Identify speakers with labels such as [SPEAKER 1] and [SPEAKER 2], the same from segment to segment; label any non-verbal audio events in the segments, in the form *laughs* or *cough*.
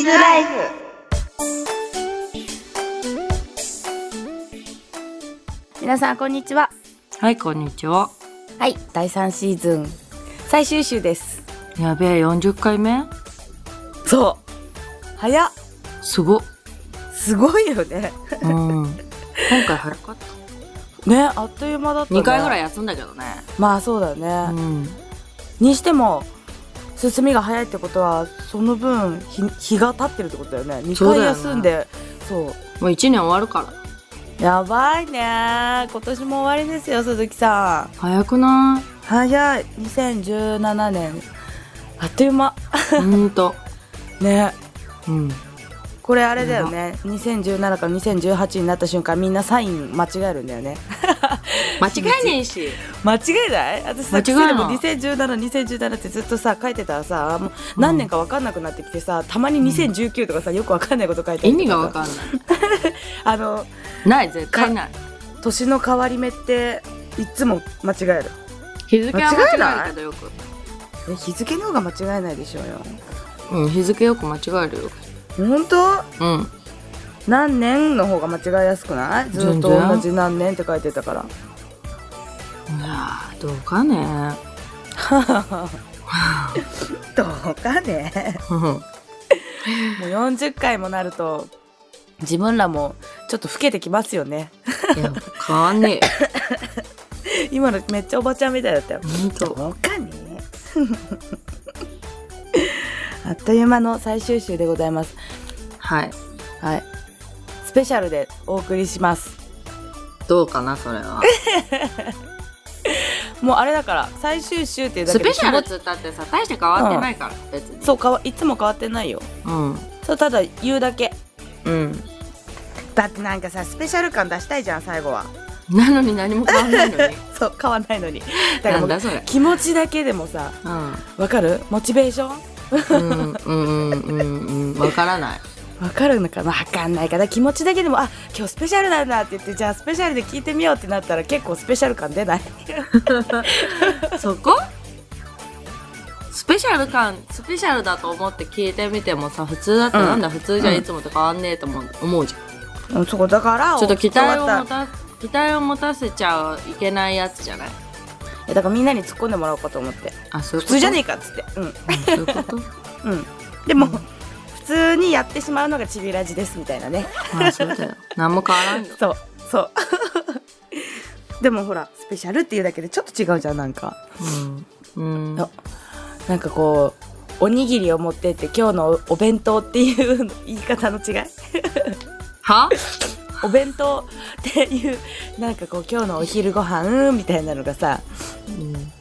[SPEAKER 1] ズライフ
[SPEAKER 2] 皆さんこんにちは
[SPEAKER 3] はいこんにちは
[SPEAKER 2] はい第3シーズン最終週です
[SPEAKER 3] やべえ40回目
[SPEAKER 2] そう早っ
[SPEAKER 3] すごっ
[SPEAKER 2] すごいよね
[SPEAKER 3] うん今回早か *laughs* った
[SPEAKER 2] ねあっという間だった、ね、
[SPEAKER 3] 2回ぐらい
[SPEAKER 2] い
[SPEAKER 3] 休んだけどね
[SPEAKER 2] まあそうだ
[SPEAKER 3] う
[SPEAKER 2] ね、
[SPEAKER 3] ん
[SPEAKER 2] にしても進みが早いってことはその分日日が経ってるってことだよね2
[SPEAKER 3] そう
[SPEAKER 2] 回
[SPEAKER 3] だよね
[SPEAKER 2] 休んでそう,、
[SPEAKER 3] もう1年終わるから
[SPEAKER 2] やばいね今年も終わりですよ鈴木さん
[SPEAKER 3] 早くな *laughs*
[SPEAKER 2] 早い2017年あっという間
[SPEAKER 3] いうーんと
[SPEAKER 2] ね
[SPEAKER 3] うん
[SPEAKER 2] これあれだよね2017から2018になった瞬間みんなサイン間違えるんだよね *laughs*
[SPEAKER 3] 間違いねえし
[SPEAKER 2] 間違えない私さ
[SPEAKER 3] 間違えない
[SPEAKER 2] 癖でも20172017ってずっとさ書いてたらさもう何年か分かんなくなってきてさ、たまに2019とかさよく分かんないこと書いてあ
[SPEAKER 3] 意
[SPEAKER 2] る
[SPEAKER 3] 味がわ
[SPEAKER 2] ん
[SPEAKER 3] かんない
[SPEAKER 2] あの
[SPEAKER 3] ない絶対ない
[SPEAKER 2] 年の変わり目っていつも間違える
[SPEAKER 3] 日付は
[SPEAKER 2] 間違えない
[SPEAKER 3] 間違えるけどよく
[SPEAKER 2] え日付の方が間違えないでしょうよ
[SPEAKER 3] うん日付よく間違えるよ
[SPEAKER 2] 本当
[SPEAKER 3] うん
[SPEAKER 2] 何年の方が間違いやすくないずっと
[SPEAKER 3] 全然
[SPEAKER 2] 同じ何年って書いてたから
[SPEAKER 3] いやーどうか *laughs* ね
[SPEAKER 2] どうか *laughs* ねもう40回もなると自分らもちょっと老けてきますよね
[SPEAKER 3] いや変わんね
[SPEAKER 2] 今のめっちゃおばちゃんみたいだったよ
[SPEAKER 3] えほんと
[SPEAKER 2] うかね *laughs* あっという間の最終週でございます
[SPEAKER 3] はい
[SPEAKER 2] はいスペシャルでお送りします
[SPEAKER 3] どうかなそれは
[SPEAKER 2] もうあれだから最終週っていうだ
[SPEAKER 3] ス
[SPEAKER 2] けで
[SPEAKER 3] ペシャルっ
[SPEAKER 2] 気持
[SPEAKER 3] つったってさ大して変わってないから、別
[SPEAKER 2] ち
[SPEAKER 3] に
[SPEAKER 2] そうかわいつも変わってないよ
[SPEAKER 3] うん
[SPEAKER 2] そうただ言うだけ
[SPEAKER 3] うん
[SPEAKER 2] だってなんかさスペシャル感出したいじゃん最後は
[SPEAKER 3] なのに何も変わんないのに
[SPEAKER 2] そう変わんないのにだから
[SPEAKER 3] な
[SPEAKER 2] も
[SPEAKER 3] ん
[SPEAKER 2] う
[SPEAKER 3] だそれ
[SPEAKER 2] 気持ちだけでもさ
[SPEAKER 3] うん
[SPEAKER 2] わかるモチベーション
[SPEAKER 3] うんうんうんうんわからない
[SPEAKER 2] わかるのかなわかんないから気持ちだけでもあ今日スペシャルなんだって言ってじゃあスペシャルで聞いてみようってなったら結構スペシャル感出ない
[SPEAKER 3] そこスペシャル感スペシャルだと思って聞いてみてもさ普通だったら
[SPEAKER 2] うん
[SPEAKER 3] なんだ、普通じゃん
[SPEAKER 2] うん
[SPEAKER 3] いつもと変わんねえと思う思うじゃん
[SPEAKER 2] うんそうだから
[SPEAKER 3] ちょっと期待を
[SPEAKER 2] 終わ
[SPEAKER 3] 持
[SPEAKER 2] った
[SPEAKER 3] た期待を持たせちゃいけないやつじゃない
[SPEAKER 2] えだからみんなに突っ込んでもらおうかと思って
[SPEAKER 3] あそうい
[SPEAKER 2] 普
[SPEAKER 3] うこと
[SPEAKER 2] 通じゃねえかっつってうん
[SPEAKER 3] えそういうこと
[SPEAKER 2] うんでも、普通にやってしまうのがちびラジですみたいなね
[SPEAKER 3] まあそうだよ何も変わらんよ
[SPEAKER 2] そうそう *laughs* でもほらスペシャルっていうだけでちょっと違うじゃんなんか
[SPEAKER 3] うん、うん、
[SPEAKER 2] あなんかこうおにぎりを持ってって今日のお弁当っていう *laughs* 言い方の違い
[SPEAKER 3] は
[SPEAKER 2] お弁当っていうなんかこう今日のお昼ご飯みたいなのがさ
[SPEAKER 3] うん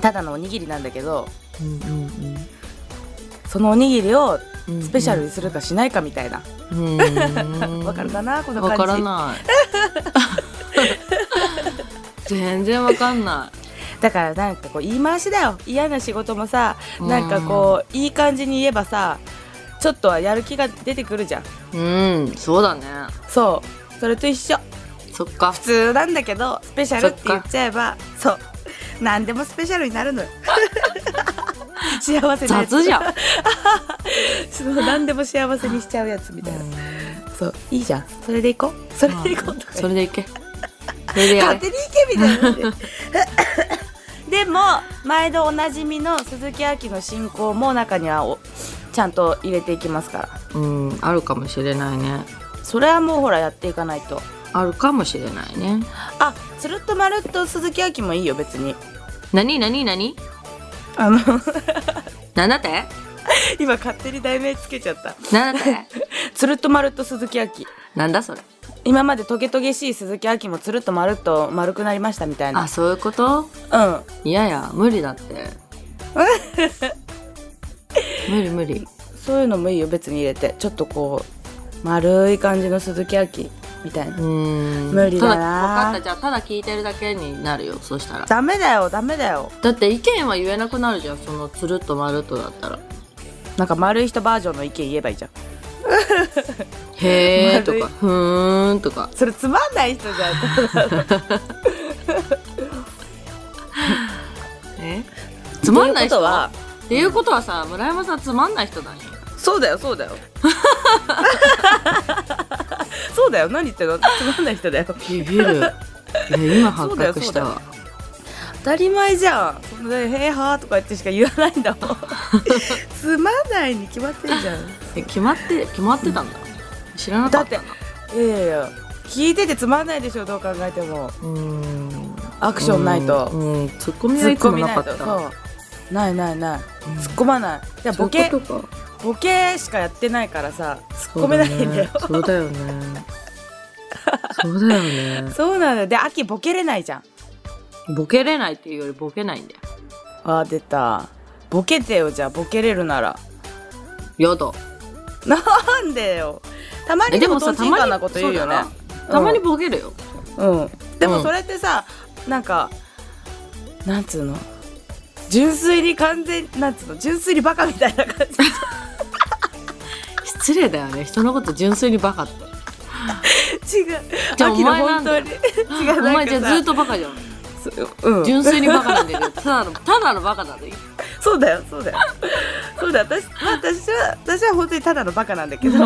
[SPEAKER 2] ただのおにぎりなんだけど
[SPEAKER 3] うんうん
[SPEAKER 2] そのおにぎりを
[SPEAKER 3] うん
[SPEAKER 2] スペシャルにするかしないかみたいな
[SPEAKER 3] うん
[SPEAKER 2] わ、かるかなこの感
[SPEAKER 3] わ
[SPEAKER 2] じ
[SPEAKER 3] からない *laughs* 全然わかんな
[SPEAKER 2] だからなんかこう言い回しだよ嫌な仕事もさ
[SPEAKER 3] うん
[SPEAKER 2] なんかこういい感じに言えばさちょっとはやる気が出てくるじゃん
[SPEAKER 3] いうんそうだね
[SPEAKER 2] そうそれと一緒
[SPEAKER 3] そっか
[SPEAKER 2] 普通なんだけどスペシャルって言っちゃえばそう何でもスペシャルになるの *laughs* よ幸せなやつ
[SPEAKER 3] 雑じゃん
[SPEAKER 2] *laughs* そう何でも幸せにしちゃうやつみたいな、そういいじゃんそれで行こうそれで行こうとか
[SPEAKER 3] それでいけそれでや
[SPEAKER 2] 勝
[SPEAKER 3] れ
[SPEAKER 2] 手に行けみたいな *laughs* でも毎度おなじみの鈴木亜希の進行も中にはおちゃんと入れていきますから
[SPEAKER 3] うんあるかもしれないね
[SPEAKER 2] それはもうほらやっていかないと
[SPEAKER 3] あるかもしれないね
[SPEAKER 2] あつるっとまるっと鈴木亜希もいいよ別に
[SPEAKER 3] 何何何
[SPEAKER 2] あの
[SPEAKER 3] 何だって
[SPEAKER 2] *laughs* 今勝手に題名つけちゃった
[SPEAKER 3] 何だって
[SPEAKER 2] つるっとまるっと鈴木亜希
[SPEAKER 3] なんだそれ
[SPEAKER 2] 今までトゲトゲしい鈴木亜希もつるっとまるっと丸くなりましたみたいな
[SPEAKER 3] あそういうこと
[SPEAKER 2] うん
[SPEAKER 3] いやいや無理だって無理無理
[SPEAKER 2] そういうのもいいよ別に入れてちょっとこう丸い感じの鈴木亜希みたいな、
[SPEAKER 3] うん
[SPEAKER 2] 無理だな
[SPEAKER 3] た分かったじゃあただ聞いてるだけになるよそしたら
[SPEAKER 2] ダメだよダメだよ
[SPEAKER 3] だって意見は言えなくなるじゃんそのつるっとまるっとだったら
[SPEAKER 2] なんか丸い人バージョンの意見言えばいいじゃん
[SPEAKER 3] へえと
[SPEAKER 2] 丸い
[SPEAKER 3] かふーんとか
[SPEAKER 2] それつまんない人じゃん
[SPEAKER 3] えつまんない人
[SPEAKER 2] ということは
[SPEAKER 3] っていうことはさ村山さんつまんない人だね
[SPEAKER 2] そうだよそうだ *laughs* よそうだよ何言ってるのつまんない人だよ
[SPEAKER 3] ビビ *laughs* る。いや今発覚したわ。
[SPEAKER 2] 当たり前じゃんそんなへーはーとか言ってしか言わないんだ *laughs* もんつまんないに決まってんじゃん
[SPEAKER 3] え決まって決まってたんだ。知らなか
[SPEAKER 2] だ
[SPEAKER 3] っ。
[SPEAKER 2] ったていやいやいや聞いててつまんないでしょどう考えても
[SPEAKER 3] うーん。
[SPEAKER 2] アクションないと
[SPEAKER 3] うんうんツッコミ
[SPEAKER 2] ツ
[SPEAKER 3] はい
[SPEAKER 2] ッ
[SPEAKER 3] つ
[SPEAKER 2] コ
[SPEAKER 3] も
[SPEAKER 2] ミ
[SPEAKER 3] な
[SPEAKER 2] な
[SPEAKER 3] か
[SPEAKER 2] い
[SPEAKER 3] っ
[SPEAKER 2] と
[SPEAKER 3] た
[SPEAKER 2] そうないないない
[SPEAKER 3] うん
[SPEAKER 2] 突っ込まないじゃボケ
[SPEAKER 3] そういうことか
[SPEAKER 2] ボケしかやってないからさ突っ込めないんだ
[SPEAKER 3] *laughs*
[SPEAKER 2] よ
[SPEAKER 3] そうだよ
[SPEAKER 2] *laughs*
[SPEAKER 3] ねそうだよね
[SPEAKER 2] そうなのよで秋ボケれないじゃん
[SPEAKER 3] ボケれないっていうよりボケないんだよ
[SPEAKER 2] あー出たボケてよじゃあボケれるなら *laughs*
[SPEAKER 3] やだ
[SPEAKER 2] なんでよたまに
[SPEAKER 3] え
[SPEAKER 2] で
[SPEAKER 3] で
[SPEAKER 2] も
[SPEAKER 3] も
[SPEAKER 2] さ
[SPEAKER 3] さた
[SPEAKER 2] た
[SPEAKER 3] ま
[SPEAKER 2] ま
[SPEAKER 3] に
[SPEAKER 2] なこと言うよね
[SPEAKER 3] そうだなたまにボケるよ
[SPEAKER 2] うんで
[SPEAKER 3] う
[SPEAKER 2] も
[SPEAKER 3] ん
[SPEAKER 2] それってさ、なんかなんつうの純粋に完全なんつうの純粋にバカみたいな感じ
[SPEAKER 3] 失礼だよね人のこと純粋にバカって
[SPEAKER 2] 違う
[SPEAKER 3] じゃあ
[SPEAKER 2] 秋
[SPEAKER 3] お
[SPEAKER 2] の
[SPEAKER 3] 前な
[SPEAKER 2] 本
[SPEAKER 3] ん
[SPEAKER 2] 当
[SPEAKER 3] だよ
[SPEAKER 2] に
[SPEAKER 3] お
[SPEAKER 2] 違うなんか
[SPEAKER 3] 前じゃあ
[SPEAKER 2] さ
[SPEAKER 3] ずっとバカじゃん
[SPEAKER 2] そううん
[SPEAKER 3] 純粋にバカなんだけど *laughs* ただのただのバカだね
[SPEAKER 2] そうだよそうだよそうだよ私まあ私は私は本当にただのバカなんだけど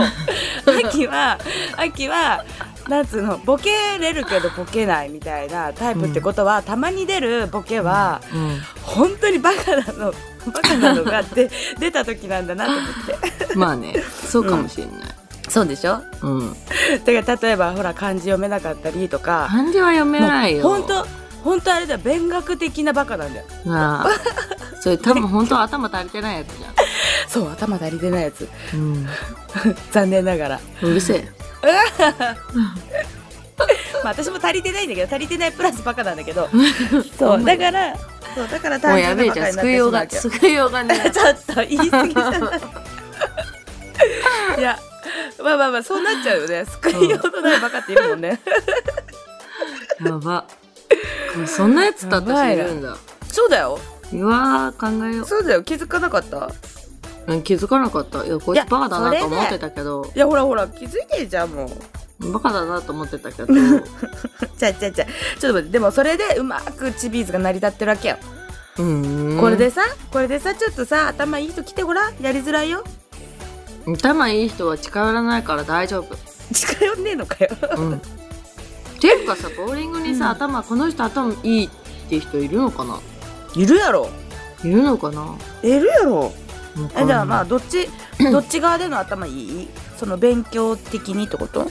[SPEAKER 2] 秋は秋はなんつうのボケれるけどボケないみたいなタイプってことは、たまに出るボケは本当にバカなのバカなのがで出た時なんだなと思って
[SPEAKER 3] まあねそうかもしれない
[SPEAKER 2] そうでしょ
[SPEAKER 3] うん
[SPEAKER 2] だから例えばほら漢字読めなかったりとか
[SPEAKER 3] 漢字は読めないよ
[SPEAKER 2] 本当本当あれだよ勉学的なバカなんだよ
[SPEAKER 3] なあそれ多分本当は頭足りてないやつじ
[SPEAKER 2] *laughs* そう頭足りてないやつ
[SPEAKER 3] ゃん、うん
[SPEAKER 2] 残念ながら
[SPEAKER 3] うるせえ
[SPEAKER 2] *laughs* まあ私も足りてないんだけど足りてないプラスバカなんだけど *laughs* そうだからそうだから
[SPEAKER 3] もう
[SPEAKER 2] 単
[SPEAKER 3] や
[SPEAKER 2] 純なバ
[SPEAKER 3] べえじ
[SPEAKER 2] カ
[SPEAKER 3] ゃ
[SPEAKER 2] に
[SPEAKER 3] ん
[SPEAKER 2] なっ
[SPEAKER 3] 救
[SPEAKER 2] て
[SPEAKER 3] い
[SPEAKER 2] しま
[SPEAKER 3] よう
[SPEAKER 2] うわ
[SPEAKER 3] が
[SPEAKER 2] けよ
[SPEAKER 3] 救いようが
[SPEAKER 2] *laughs*
[SPEAKER 3] ね
[SPEAKER 2] ちょっと言い過ぎじゃない *laughs* いやまあまあまあそうなっちゃうよね救いようのないバカっているもんね
[SPEAKER 3] やばもうそんなやつと私いるんだ
[SPEAKER 2] *laughs* そうだよ
[SPEAKER 3] うわー考えよ
[SPEAKER 2] そうだよ気づかなかった
[SPEAKER 3] ううん気づかなかったいやこいつバカだなと思ってたけど
[SPEAKER 2] いやほらほら気づいてんじゃんもう
[SPEAKER 3] バカだなと思ってたけ
[SPEAKER 2] *laughs*
[SPEAKER 3] ど
[SPEAKER 2] ちゃちゃちゃちょっと待ってでもそれでうまくチビーズが成り立ってるわけよ、
[SPEAKER 3] うん
[SPEAKER 2] これでさこれでさちょっとさ頭いい人来てごらんやりづらいよ
[SPEAKER 3] 頭いい人は近寄らないから大丈夫
[SPEAKER 2] 近寄んねえのかよ
[SPEAKER 3] うんっていうかさボーリングにさ、
[SPEAKER 2] うん
[SPEAKER 3] 頭この人頭いいって人いるのかない
[SPEAKER 2] るやろ
[SPEAKER 3] いるのかない
[SPEAKER 2] るやろ
[SPEAKER 3] わか
[SPEAKER 2] えじ
[SPEAKER 3] んない
[SPEAKER 2] ゃあまあどっ
[SPEAKER 3] *clears throat*
[SPEAKER 2] ちどっち側での頭いいその勉強的にってこと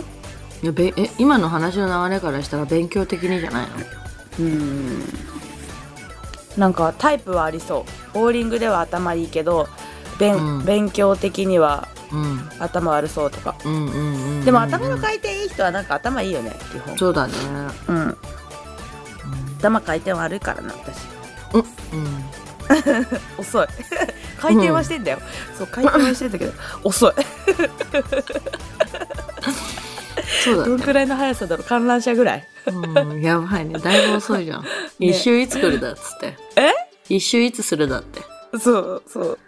[SPEAKER 3] いやべえ今の話の流れからしたら勉強的にじゃないの
[SPEAKER 2] うんなんかタイプはありそうボーリングでは頭いいけど勉,、
[SPEAKER 3] うん
[SPEAKER 2] 勉強的には
[SPEAKER 3] うん
[SPEAKER 2] 頭悪そうとか
[SPEAKER 3] うんうんうんうんうん
[SPEAKER 2] でも頭の回転いい人はなんか頭いいよね基本
[SPEAKER 3] そうだね
[SPEAKER 2] うん頭回転悪いからな私
[SPEAKER 3] うん、うん
[SPEAKER 2] 遅い *laughs* 回転はしてんだよ、そう回転はしてんだけど遅い
[SPEAKER 3] そうだ
[SPEAKER 2] どんくらいの速さだろう観覧車ぐらい
[SPEAKER 3] うん、やばいね。だいぶ遅いじゃん。一周いつ来るだっつって。
[SPEAKER 2] え
[SPEAKER 3] 一周いつするだって。
[SPEAKER 2] そうそう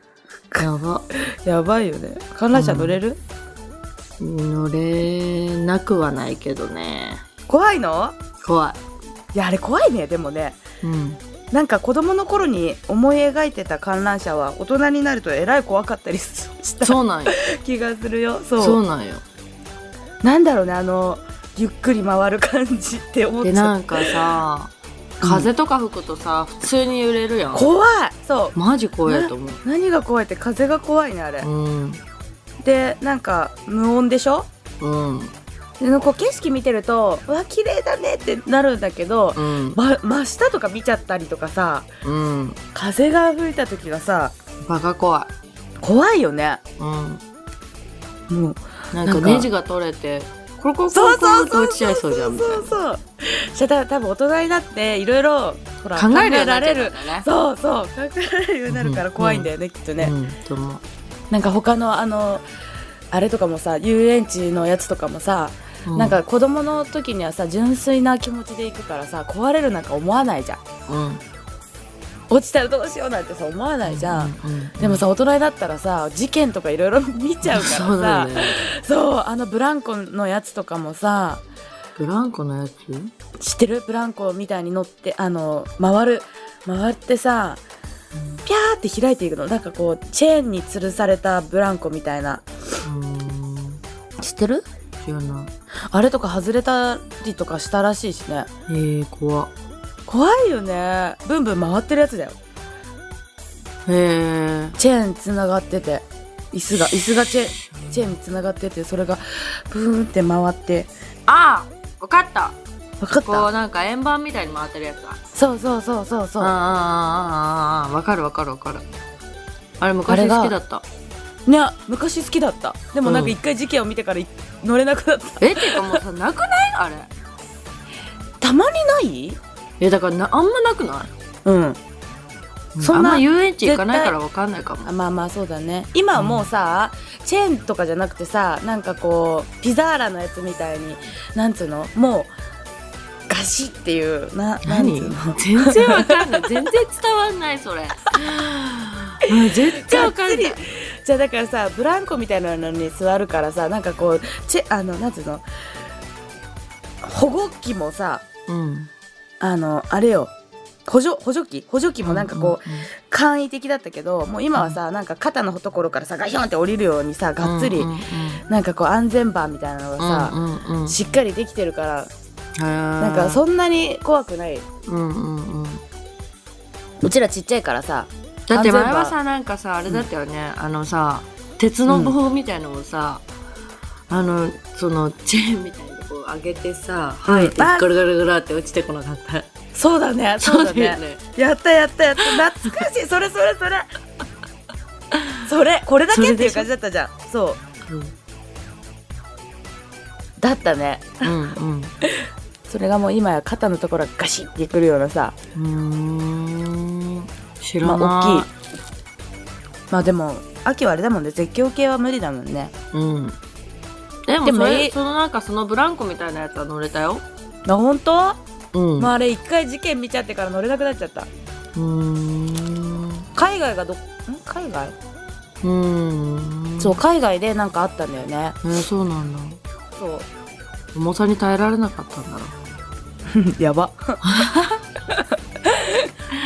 [SPEAKER 3] やば。
[SPEAKER 2] やばいよね観覧車乗れる、
[SPEAKER 3] 乗れなくはないけどね。
[SPEAKER 2] 怖いの
[SPEAKER 3] 怖
[SPEAKER 2] いやあれ怖いねでもね
[SPEAKER 3] い。うん。
[SPEAKER 2] なんか子供の頃に思い描いてた観覧車は大人になるとえらい怖かったりし *laughs* した
[SPEAKER 3] そうなんよ。
[SPEAKER 2] 気がするよそう
[SPEAKER 3] *laughs* そうなんよ。
[SPEAKER 2] なんだろうねあのゆっくり回る感じって思っ
[SPEAKER 3] で、
[SPEAKER 2] ちゃ
[SPEAKER 3] な
[SPEAKER 2] うん
[SPEAKER 3] かさ、風とか吹くとさ、普通に揺れるやん。
[SPEAKER 2] 怖いそう
[SPEAKER 3] マジ怖いと思
[SPEAKER 2] 何が怖いって風が怖いねあれ、
[SPEAKER 3] う。うん。
[SPEAKER 2] でなんか無音でしょ
[SPEAKER 3] うん。
[SPEAKER 2] でなんかこう景色見てるとうわ綺麗だねってなるんだけど、
[SPEAKER 3] うん。
[SPEAKER 2] ま、真下とか見ちゃったりとかさ
[SPEAKER 3] うん。
[SPEAKER 2] 風が吹いた時がさ
[SPEAKER 3] バカ怖い。
[SPEAKER 2] 怖いよね
[SPEAKER 3] うん。
[SPEAKER 2] もう
[SPEAKER 3] なん
[SPEAKER 2] な
[SPEAKER 3] か
[SPEAKER 2] んか
[SPEAKER 3] ネジが取れて、コロコロコロコロって落ちちゃいそうじゃん。みたい
[SPEAKER 2] そうそうじゃあた多分大人になっていろいろほら
[SPEAKER 3] な考えるように
[SPEAKER 2] ら
[SPEAKER 3] なっちゃ
[SPEAKER 2] れる
[SPEAKER 3] ったんだね。
[SPEAKER 2] そうそう考えられるようになるから怖いんだよね、きっとね、
[SPEAKER 3] うん、と思う。
[SPEAKER 2] なんか他のあのあれとかもさ遊園地のやつとかもさ、
[SPEAKER 3] う
[SPEAKER 2] なん、か子供の時にはさ純粋な気持ちで行くからさ壊れるなんか思わないじゃん
[SPEAKER 3] うん、
[SPEAKER 2] 落ちたらどうしようなんてさ思わないじゃん、
[SPEAKER 3] うんうん
[SPEAKER 2] でもさ大人になったらさ事件とかいろいろ見ちゃ *laughs* うからさ
[SPEAKER 3] そうだよね
[SPEAKER 2] そうあのブランコのやつとかもさ
[SPEAKER 3] *laughs* ブランコのやつ
[SPEAKER 2] 知ってるブランコみたいに乗ってあの回る回ってさピャーって開いていくのなんかこうチェーンに吊るされたブランコみたいな知ってる
[SPEAKER 3] 知らない
[SPEAKER 2] あれとか外れたりとかしたらしいしね
[SPEAKER 3] えー、怖
[SPEAKER 2] 怖いよねブンブン回ってるやつだよ
[SPEAKER 3] へえ
[SPEAKER 2] チェーンつながってて椅子が椅子がチェチェーンにつながっててそれがブーンって回って
[SPEAKER 3] ああわかった
[SPEAKER 2] 分かっ
[SPEAKER 3] こう
[SPEAKER 2] た
[SPEAKER 3] なんか円盤みたいに回ってるやつだ
[SPEAKER 2] そうそうそうそうそう
[SPEAKER 3] ああああああああわかるわかるわかるあれ昔
[SPEAKER 2] あれが
[SPEAKER 3] 好きだった
[SPEAKER 2] ね昔好きだったでもなん
[SPEAKER 3] う
[SPEAKER 2] か
[SPEAKER 3] ん
[SPEAKER 2] 一回事件を見てからい乗れなくなった、
[SPEAKER 3] えっていうかもうさなくないあれ
[SPEAKER 2] たまにない
[SPEAKER 3] *laughs* えだからなあんまなくな
[SPEAKER 2] うん
[SPEAKER 3] い
[SPEAKER 2] そんな
[SPEAKER 3] あんま遊園地行かないからわかんないか
[SPEAKER 2] あ
[SPEAKER 3] も
[SPEAKER 2] まあまあそうだね今はもうさ、チェーンとかじゃなくてさなんかこうピザーラのやつみたいになんつうのもうガシっていうななんつうの *laughs*
[SPEAKER 3] 全然わか *laughs* んない全然伝わんないそれうん *laughs* 絶対わかんな
[SPEAKER 2] が
[SPEAKER 3] い
[SPEAKER 2] っつりじゃあだからさブランコみたいなのに座るからさなんかこうチェあのなんつうの保護器もさ
[SPEAKER 3] うん
[SPEAKER 2] あのあれよ補助補助器補助器もなんかこう、簡易的だったけどもう今はさなんか肩のところからさガヒョンって降りるようにさがっつり、
[SPEAKER 3] うんうんうん
[SPEAKER 2] なんかこう安全バーみたいなのがさ、
[SPEAKER 3] うんうんうん
[SPEAKER 2] しっかりできてるから
[SPEAKER 3] な
[SPEAKER 2] なんかそんなに怖くない
[SPEAKER 3] うんうんうん
[SPEAKER 2] うちらちっちゃいからさ
[SPEAKER 3] だって
[SPEAKER 2] 安全バー
[SPEAKER 3] 前はさなんかさあれだったよね、あのさ鉄の棒みたいのをさ、あのそのチェーンみたいにこう上げてさはい
[SPEAKER 2] あ
[SPEAKER 3] ガラガラガラって落ちてこなかった
[SPEAKER 2] そうだねそうだね
[SPEAKER 3] よね
[SPEAKER 2] やったやったやった懐かしいそれそれそれそれこれだけっていう感じだったじゃんそうだったね
[SPEAKER 3] うんうん
[SPEAKER 2] それがもう今や肩のところがガシッてくるようなさ
[SPEAKER 3] うんうーん知ら
[SPEAKER 2] ま
[SPEAKER 3] ない、
[SPEAKER 2] あ大きいまあでも秋はあれだもんね絶叫系は無理だもんね
[SPEAKER 3] うんでも
[SPEAKER 2] で
[SPEAKER 3] そ
[SPEAKER 2] も
[SPEAKER 3] れ
[SPEAKER 2] いい
[SPEAKER 3] そのなんかそのブランコみたいなやつは乗れたよ
[SPEAKER 2] あ本当
[SPEAKER 3] うん、
[SPEAKER 2] まああれ一回事件見ちゃってから乗れなくなっちゃった
[SPEAKER 3] うーん
[SPEAKER 2] 海外がどん海外、
[SPEAKER 3] うーん
[SPEAKER 2] そう海外でなんかあったんだよね
[SPEAKER 3] えーそうなんだ
[SPEAKER 2] そう
[SPEAKER 3] 重さに耐えられなかったんだろう
[SPEAKER 2] *laughs* や
[SPEAKER 3] *laughs*
[SPEAKER 2] ば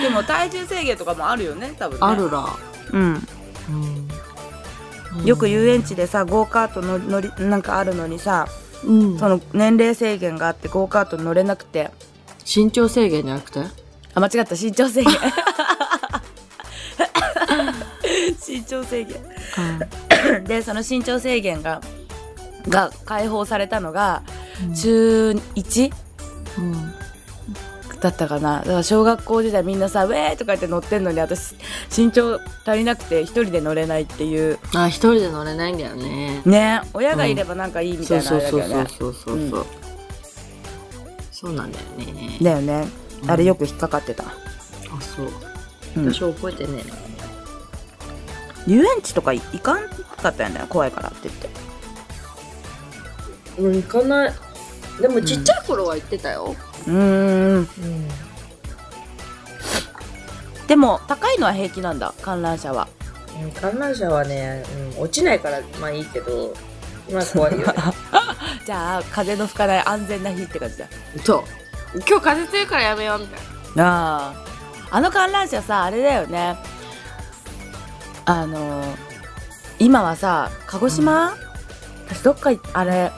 [SPEAKER 2] でも体重制限とかもあるよね多分ね
[SPEAKER 3] あるら、
[SPEAKER 2] うん
[SPEAKER 3] うん
[SPEAKER 2] よく遊園地でさゴーカートの乗りなんかあるのにさ
[SPEAKER 3] うん
[SPEAKER 2] その年齢制限があってゴーカート乗れなくて
[SPEAKER 3] 身長制限じゃなくて
[SPEAKER 2] あ間違った身長制 *laughs* 限身長制限でその身長制限がが解放されたのが中1
[SPEAKER 3] うん
[SPEAKER 2] だったかなだから小学校時代みんなさ「ウェー!」とか言って乗ってんのに私身長足りなくて一人で乗れないっていう
[SPEAKER 3] あ一人で乗れないんだよね
[SPEAKER 2] ね親がいればなんかいいみた
[SPEAKER 3] そ
[SPEAKER 2] いうなあ
[SPEAKER 3] そう
[SPEAKER 2] れだけ
[SPEAKER 3] そ
[SPEAKER 2] ど
[SPEAKER 3] うそ
[SPEAKER 2] ね
[SPEAKER 3] うそうそ
[SPEAKER 2] う
[SPEAKER 3] う、
[SPEAKER 2] ん
[SPEAKER 3] そうなんだよね
[SPEAKER 2] だよね
[SPEAKER 3] うん
[SPEAKER 2] あれよく引っかかってた、
[SPEAKER 3] あそう
[SPEAKER 2] うん
[SPEAKER 3] 私覚えてねえな
[SPEAKER 2] 遊園地とか行かんかったんだよ怖いからって言って
[SPEAKER 3] うん行かないでも
[SPEAKER 2] ん
[SPEAKER 3] ちっちゃい頃は行ってたよ、
[SPEAKER 2] うーん
[SPEAKER 3] うん、
[SPEAKER 2] でも高いのは平気なんだ観覧車は
[SPEAKER 3] 観覧車はね、落ちないからまあいいけどまあ怖いよ *laughs*
[SPEAKER 2] じゃあ風の吹かない安全な日って感じだ
[SPEAKER 3] そう今日風強いからやめようみたいな
[SPEAKER 2] あああの観覧車さあれだよねあのー今はさ鹿児島、私どっかいあれ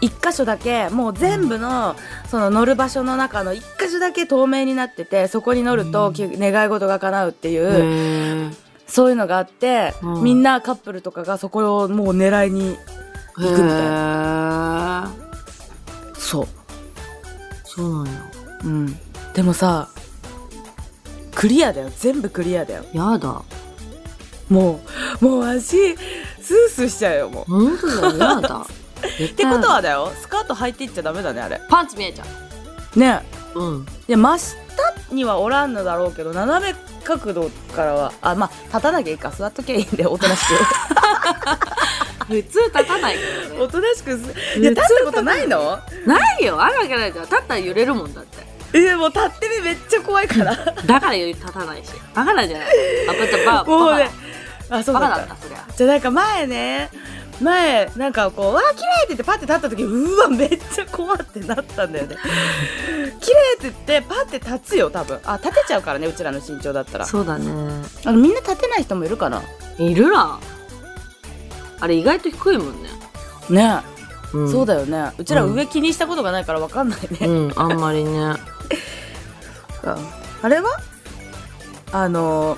[SPEAKER 2] 一箇所だけもう全部のその乗る場所の中の一箇所だけ透明になっててそこに乗ると、き願い事が叶うっていう、
[SPEAKER 3] へ
[SPEAKER 2] そういうのがあって、
[SPEAKER 3] うん
[SPEAKER 2] みんなカップルとかがそこをもう狙いに
[SPEAKER 3] え
[SPEAKER 2] 行くみたいそう
[SPEAKER 3] そうなんや
[SPEAKER 2] うんでもさクリアだよ全部クリアだよ
[SPEAKER 3] やだ
[SPEAKER 2] もうもう足スースーしちゃうよもう
[SPEAKER 3] 本当だよや *laughs* だっ
[SPEAKER 2] ってことはだよスカート履いていっちゃダメだねあれ
[SPEAKER 3] パンツ見えちゃ
[SPEAKER 2] ね
[SPEAKER 3] ううん
[SPEAKER 2] いや真下にはおらんのだろうけど斜め角度からはあまあ立たなきゃいいか座っときゃいいんでおとなしく
[SPEAKER 3] 普通立たないけ
[SPEAKER 2] *laughs*
[SPEAKER 3] ど
[SPEAKER 2] お
[SPEAKER 3] ね
[SPEAKER 2] となしくすいや立ったことないの
[SPEAKER 3] ないよあるわけないじゃん立ったら揺れるもんだって
[SPEAKER 2] えもう立ってみめっちゃ怖い *laughs* から
[SPEAKER 3] だから立たないしバ *laughs* カなんじゃないあバカバカ
[SPEAKER 2] もう
[SPEAKER 3] バ
[SPEAKER 2] ねあそう
[SPEAKER 3] カ
[SPEAKER 2] だ
[SPEAKER 3] バカ
[SPEAKER 2] っ
[SPEAKER 3] だったたそりゃ
[SPEAKER 2] じゃあなんか前ね前なんかこう「わあ綺麗って言ってパッて立った時うわめっちゃ怖ってなったんだよね *laughs* 綺麗って言ってパッて立つよ多分あ立てちゃうからねうちらの身長だったら
[SPEAKER 3] そうだね
[SPEAKER 2] あのみんな立てない人もいるかない
[SPEAKER 3] るらあれ意外と低いもんね、
[SPEAKER 2] ね、
[SPEAKER 3] うん、
[SPEAKER 2] そう
[SPEAKER 3] だ
[SPEAKER 2] だよねうちら
[SPEAKER 3] うん
[SPEAKER 2] 上気にしたことがないからわかんないね、
[SPEAKER 3] うんあんまりね
[SPEAKER 2] *laughs* あれはあの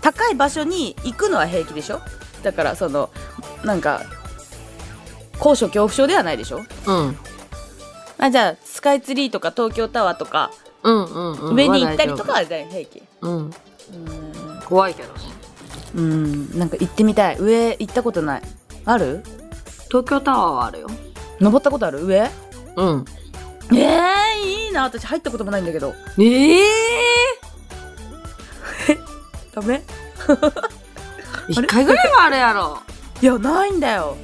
[SPEAKER 2] 高い場所に行くのは平気でしょだからそのなんか高所恐怖症ではないでしょ
[SPEAKER 3] うん
[SPEAKER 2] あじゃあスカイツリーとか東京タワーとか
[SPEAKER 3] うんうん、うん、
[SPEAKER 2] 上に行ったりとかは大平気
[SPEAKER 3] は大丈夫うん
[SPEAKER 2] うん
[SPEAKER 3] 怖いけどね
[SPEAKER 2] うんなんか行ってみたい上行ったことないある
[SPEAKER 3] 東京タワーはあるよ
[SPEAKER 2] 登ったことある上え
[SPEAKER 3] うん
[SPEAKER 2] ー、いいな私入ったこともないんだけど
[SPEAKER 3] ええ
[SPEAKER 2] ダメ
[SPEAKER 3] ー、一回ぐらいはあるやろ
[SPEAKER 2] いやないんだよ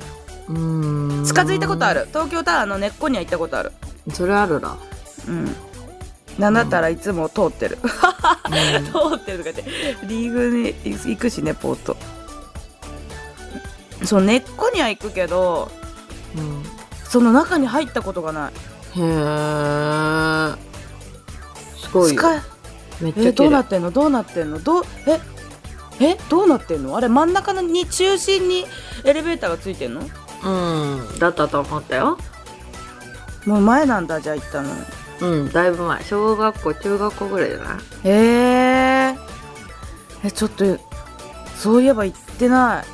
[SPEAKER 3] うーん
[SPEAKER 2] 近づいたことある東京タワーの根っこには行ったことある
[SPEAKER 3] それあるら、
[SPEAKER 2] うんなんだったらいつも通ってる、
[SPEAKER 3] うん
[SPEAKER 2] *laughs* 通ってるとかってリーグに行くしねポートそう根っこには行くけど
[SPEAKER 3] うん
[SPEAKER 2] その中に入ったことがない
[SPEAKER 3] へえ。すごい
[SPEAKER 2] ス
[SPEAKER 3] よ。
[SPEAKER 2] カイ
[SPEAKER 3] めっち
[SPEAKER 2] えど
[SPEAKER 3] ゃ綺
[SPEAKER 2] うな
[SPEAKER 3] 麗。
[SPEAKER 2] ってんのどうなってんのどうええどうなってんのあれ真ん中のに中心にエレベーターがついてんの
[SPEAKER 3] うん。だったと思ったよ。
[SPEAKER 2] もう前なんだじゃあ行ったの
[SPEAKER 3] うん。だいぶ前。小学校、中学校ぐらいじゃない
[SPEAKER 2] へええちょっとそういえば行ってない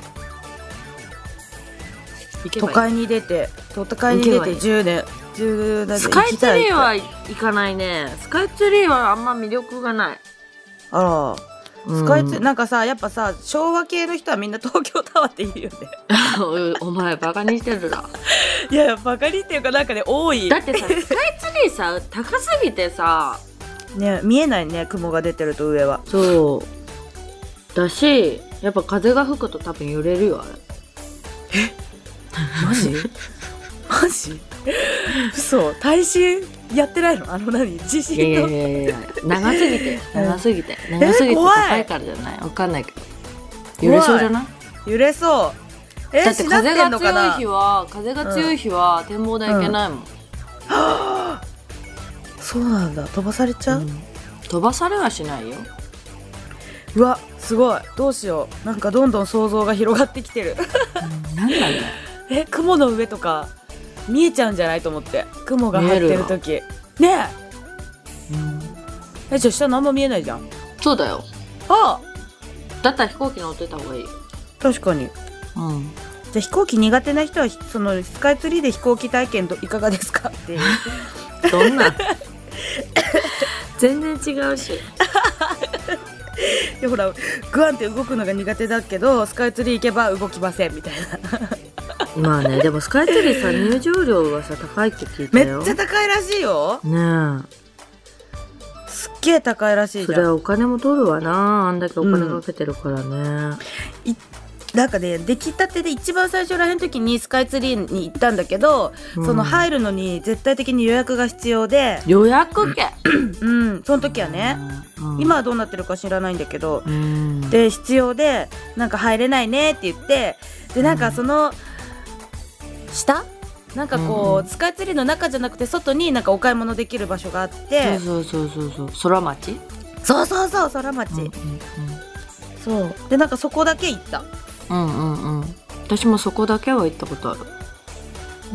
[SPEAKER 2] 都会に出て都会に出
[SPEAKER 3] 行けば
[SPEAKER 2] て
[SPEAKER 3] いい
[SPEAKER 2] 10年10年
[SPEAKER 3] スカイツリー
[SPEAKER 2] 行き
[SPEAKER 3] は行かないね。スカイツリーはあんま魅力がない。
[SPEAKER 2] たいあらスカイツリー、なんかさやっぱさ昭和系の人はみんな *laughs* 東京タワーって言うよね
[SPEAKER 3] うんお *laughs* 前バカにしてるな。
[SPEAKER 2] いやバカにっていうかなんかね多い
[SPEAKER 3] だってさ、スカイツリーさ、高すぎてさ、
[SPEAKER 2] ね見えないね雲が出てると上は
[SPEAKER 3] そう。だし、やっぱ風が吹くと多分揺れるよ、あれ。
[SPEAKER 2] マジ *laughs* マジ嘘耐震やってないのあの何地
[SPEAKER 3] いやい
[SPEAKER 2] 震
[SPEAKER 3] や
[SPEAKER 2] の
[SPEAKER 3] いやいや長すぎて
[SPEAKER 2] うん
[SPEAKER 3] 長すぎて長すぎて
[SPEAKER 2] 怖い
[SPEAKER 3] 高いからじゃないわかんないけど
[SPEAKER 2] 怖い
[SPEAKER 3] 揺れそうじゃない
[SPEAKER 2] 揺れそうえ
[SPEAKER 3] だって
[SPEAKER 2] しな
[SPEAKER 3] 風
[SPEAKER 2] てん
[SPEAKER 3] が
[SPEAKER 2] の
[SPEAKER 3] 強
[SPEAKER 2] か
[SPEAKER 3] い
[SPEAKER 2] な
[SPEAKER 3] 日は風が強い日は展望台行けないもん、
[SPEAKER 2] そうなんだ飛ばされちゃう、う
[SPEAKER 3] うん飛ばされはしないよ
[SPEAKER 2] わすごいどうしようなんかどんどん想像が広がってきてる *laughs*
[SPEAKER 3] なんだろ
[SPEAKER 2] え雲の上とか見えちゃうんじゃないと思って雲が張ってる時ね
[SPEAKER 3] う、
[SPEAKER 2] ええじゃあ下何も見えないじゃん
[SPEAKER 3] そうだよ
[SPEAKER 2] あ
[SPEAKER 3] だったら飛行機乗ってた方がいい
[SPEAKER 2] 確かに
[SPEAKER 3] うん
[SPEAKER 2] じゃあ飛行機苦手な人はひそのスカイツリーで飛行機体験といかがですかっていう
[SPEAKER 3] どんな *laughs* 全然違うし
[SPEAKER 2] いやほらグワンって動くのが苦手だけどスカイツリー行けば動きませんみたいな
[SPEAKER 3] まあねでもスカイツリーさ入場料がさ高いって聞いた
[SPEAKER 2] めっ
[SPEAKER 3] よ
[SPEAKER 2] ちゃ高いらしいよ
[SPEAKER 3] ねえ
[SPEAKER 2] すっげえ高いらしい
[SPEAKER 3] そ
[SPEAKER 2] じ
[SPEAKER 3] れ
[SPEAKER 2] ゃん
[SPEAKER 3] はお金も取るわなあんだけお金かけてるからね、
[SPEAKER 2] なんかね出来たてで一番最初らへん時にスカイツリーに行ったんだけど、
[SPEAKER 3] うん
[SPEAKER 2] その入るのに絶対的に予約が必要で
[SPEAKER 3] 予約券
[SPEAKER 2] うんその時はね、
[SPEAKER 3] うん
[SPEAKER 2] 今はどうなってるか知らないんだけど
[SPEAKER 3] うん
[SPEAKER 2] で必要でなんか入れないねって言ってでなんかその下なんかこう、
[SPEAKER 3] うん
[SPEAKER 2] スカイツリーの中じゃなくて外になんかお買い物できる場所があって、
[SPEAKER 3] そうそうそうそうそう空町
[SPEAKER 2] そうそうそう空町、そうでなんかそこだけ行った
[SPEAKER 3] うんうんうんうんうん私もそこだけは行ったことある、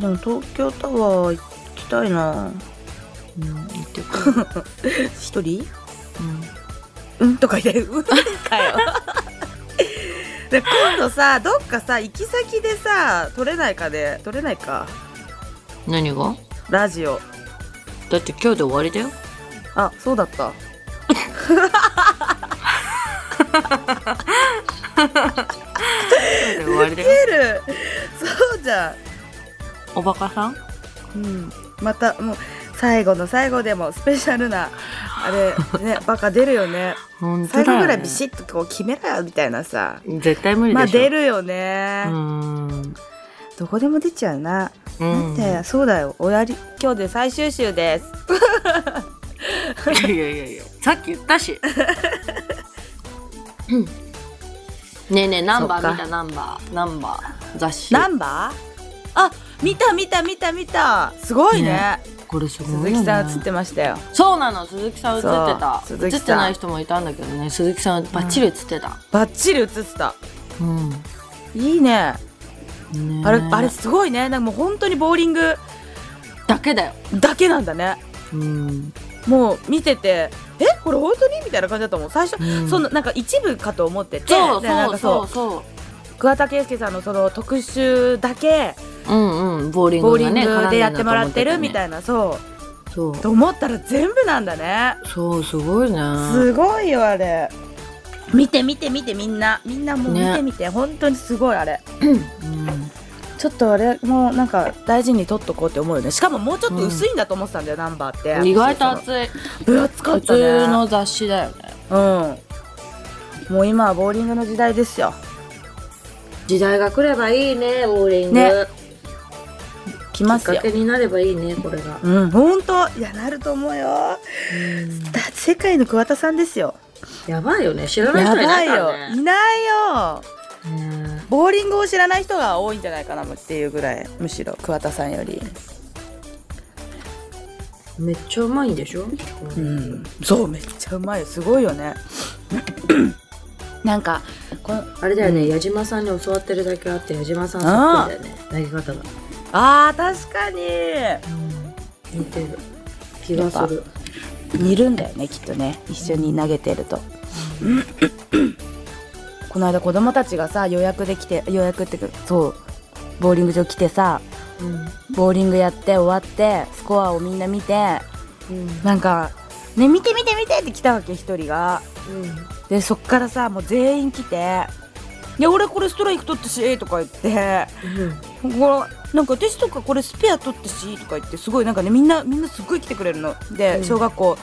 [SPEAKER 2] でも東京タワー行きたいな
[SPEAKER 3] うん、行ってくる、
[SPEAKER 2] 一人
[SPEAKER 3] うん
[SPEAKER 2] うんとか言ってうんかよ *laughs* で今度さどっかさ行き先でさ撮れないかで撮れないか
[SPEAKER 3] 何が
[SPEAKER 2] ラジオ
[SPEAKER 3] だって今日で終わりだよ
[SPEAKER 2] あそうだった
[SPEAKER 3] 今日で終わり
[SPEAKER 2] ウ
[SPEAKER 3] だ
[SPEAKER 2] ケるそうじゃ
[SPEAKER 3] おバカさん
[SPEAKER 2] ん、うん、またもう最後の最後でもスペシャルなあれ *laughs* ねバカ出るよね
[SPEAKER 3] 本当
[SPEAKER 2] 最
[SPEAKER 3] だ
[SPEAKER 2] 後
[SPEAKER 3] よ、
[SPEAKER 2] ぐ
[SPEAKER 3] ね、
[SPEAKER 2] らいビシッとこう決めろよみたいなさ
[SPEAKER 3] 絶対無理
[SPEAKER 2] まあ
[SPEAKER 3] でしょ
[SPEAKER 2] 出るよね、
[SPEAKER 3] うん
[SPEAKER 2] どこでも出ちゃうな
[SPEAKER 3] うん
[SPEAKER 2] だってそうだよおやり今日で最終週です
[SPEAKER 3] いやいやいやさっき言ったしねえねえナンバ
[SPEAKER 2] そ
[SPEAKER 3] ー
[SPEAKER 2] っか
[SPEAKER 3] 見たナンバーナンバー雑誌
[SPEAKER 2] ナンバーあ見た見た見た見たすごいね
[SPEAKER 3] ねこれすごい
[SPEAKER 2] 鈴
[SPEAKER 3] よね
[SPEAKER 2] 木さん映ってましたよ
[SPEAKER 3] そうなの鈴木さん映ってた
[SPEAKER 2] そう
[SPEAKER 3] 映
[SPEAKER 2] 鈴木さん
[SPEAKER 3] ってない人もいたんだけどね鈴木さんバッチリ映ってた、
[SPEAKER 2] バッチリ映ってた
[SPEAKER 3] うん
[SPEAKER 2] いいね
[SPEAKER 3] ね
[SPEAKER 2] あれあれすごいねなんかもう本当にボーリング
[SPEAKER 3] だけだよ、
[SPEAKER 2] だけなんだね
[SPEAKER 3] うん
[SPEAKER 2] もう見ててえこれ本当にみたいな感じだったもん最初、
[SPEAKER 3] うん
[SPEAKER 2] そのなんか一部かと思ってて
[SPEAKER 3] そう
[SPEAKER 2] でなん
[SPEAKER 3] そう
[SPEAKER 2] か
[SPEAKER 3] そうそ
[SPEAKER 2] 桑田佳祐さんのその特集だけ
[SPEAKER 3] ううんうんボーリン
[SPEAKER 2] ボー
[SPEAKER 3] グ
[SPEAKER 2] リ
[SPEAKER 3] が
[SPEAKER 2] ン
[SPEAKER 3] ね
[SPEAKER 2] グでやってもらってるみ
[SPEAKER 3] い
[SPEAKER 2] たいな、そ
[SPEAKER 3] なそう
[SPEAKER 2] うと思ったら全部なんだね
[SPEAKER 3] そうすごいね
[SPEAKER 2] すごいよあれ見て見て見てみんなみんなもう見
[SPEAKER 3] ね
[SPEAKER 2] てみて、本当にすごいあれ
[SPEAKER 3] うん
[SPEAKER 2] ちょっとあれもなんか大事に取っとこうって思うよねしかももうちょっと薄いんだと思ってたんだよ、ナンバーって
[SPEAKER 3] 意外と熱い
[SPEAKER 2] 分厚か
[SPEAKER 3] 普
[SPEAKER 2] ったね
[SPEAKER 3] 通の雑誌だよね
[SPEAKER 2] うんもう今はボーリングの時代ですよ
[SPEAKER 3] 時代が来ればいいねボーリン
[SPEAKER 2] グね来ますよ
[SPEAKER 3] になればいいねこれが、
[SPEAKER 2] うん本当いやなると思うよだ世界の桑田さんですよ
[SPEAKER 3] やばいよね知ら
[SPEAKER 2] やばいよいないよ
[SPEAKER 3] ね
[SPEAKER 2] ボーリングを知らない人が多いんじゃないかなっていうぐらいむしろ桑田さんより
[SPEAKER 3] めっちゃうまいんでしょ、う
[SPEAKER 2] うんんそうめっちゃうまいよすごいよねなんかこの
[SPEAKER 3] あれだよね、
[SPEAKER 2] うん
[SPEAKER 3] 矢島さんに教わってるだけあって矢島さんそっくりだよね投げ方が、
[SPEAKER 2] あー確かに
[SPEAKER 3] 似てる気がする
[SPEAKER 2] 似るんだよねきっとね一緒に投げてるとこの間子供たちがさ予約で来て予約ってかそうボーリング場来てさ
[SPEAKER 3] うん
[SPEAKER 2] ボーリングやって終わってスコアをみんな見て
[SPEAKER 3] うん
[SPEAKER 2] なんか「ね見て見て見て!」って来たわけ一人がでそっからさもう全員来て「いや俺これストライク取ったし」とか言って「ここなんか私とかこれスペア取ったし」とか言ってすごいなんかねみんなみんなすっごい来てくれるので、
[SPEAKER 3] うん
[SPEAKER 2] 小学校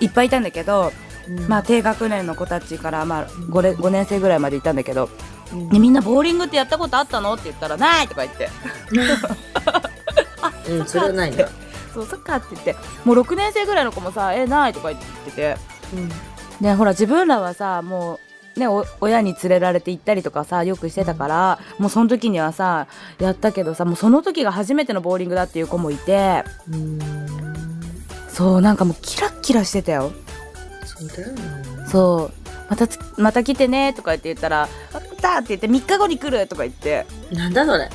[SPEAKER 2] いっぱいいたんだけど、
[SPEAKER 3] うんうん
[SPEAKER 2] まあ、低学年の子たちから、まあ、5, れ5年生ぐらいまでいたんだけど
[SPEAKER 3] うん
[SPEAKER 2] *laughs* でみんなボーリングってやったことあったのって言ったら「ない!」とか言って
[SPEAKER 3] うんそれはな
[SPEAKER 2] *laughs*
[SPEAKER 3] いな、
[SPEAKER 2] 「そうそっか」って言ってもう6年生ぐらいの子もさ「えない!」とか言ってて
[SPEAKER 3] うん
[SPEAKER 2] でほら自分らはさもうねお親に連れられて行ったりとかさよくしてたから、もうその時にはさやったけどさもうその時が初めてのボーリングだっていう子もいて
[SPEAKER 3] うん
[SPEAKER 2] そうなんかもうキラッキラしてたよ
[SPEAKER 3] そうだよね
[SPEAKER 2] そうまたつまた来てねとか言って言ったら「分かった」って言って「3日後に来る」とか言って
[SPEAKER 3] なんだそれ、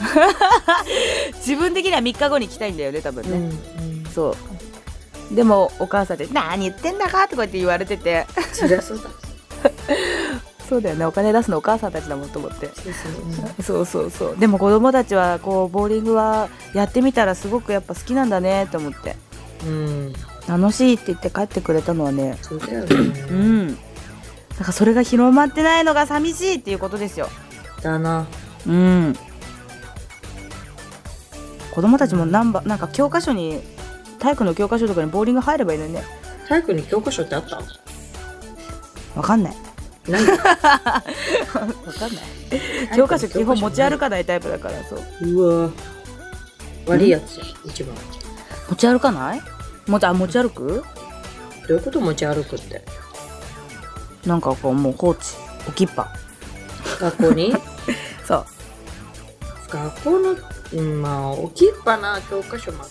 [SPEAKER 2] 自分的には3日後に来たいんだよね多分ね、
[SPEAKER 3] うん
[SPEAKER 2] そうでもお母さんで「何言ってんだか」とか言って言われてて *laughs*
[SPEAKER 3] そりゃそうだ
[SPEAKER 2] そうだよねお金出すのお母さんたちだもんと思って
[SPEAKER 3] そうそう
[SPEAKER 2] そうそうそうでも子供たちはこうボーリングはやってみたらすごくやっぱ好きなんだねと思って
[SPEAKER 3] うん、うん、
[SPEAKER 2] 楽しいって言って帰ってくれたのはね
[SPEAKER 3] そうだよね、
[SPEAKER 2] うんだからそれが広まってないのが寂しいっていうことですよ
[SPEAKER 3] だな
[SPEAKER 2] うん子供たちもナンバなんか教科書に体育の教科書とかにボーリング入ればいいのにね
[SPEAKER 3] 体育に教科書ってあった
[SPEAKER 2] わかんない *laughs*
[SPEAKER 3] ない
[SPEAKER 2] わかんない教科書基本持ち歩かないタイプだからそう
[SPEAKER 3] うわ悪いやつじゃん一番
[SPEAKER 2] 持ち歩かないもちあ持ち歩く
[SPEAKER 3] どういうこと持ち歩くって
[SPEAKER 2] なんかこうもう放置置きっぱ
[SPEAKER 3] 学校に
[SPEAKER 2] そう
[SPEAKER 3] 学校のうんまあ置きっぱな教科書もあっ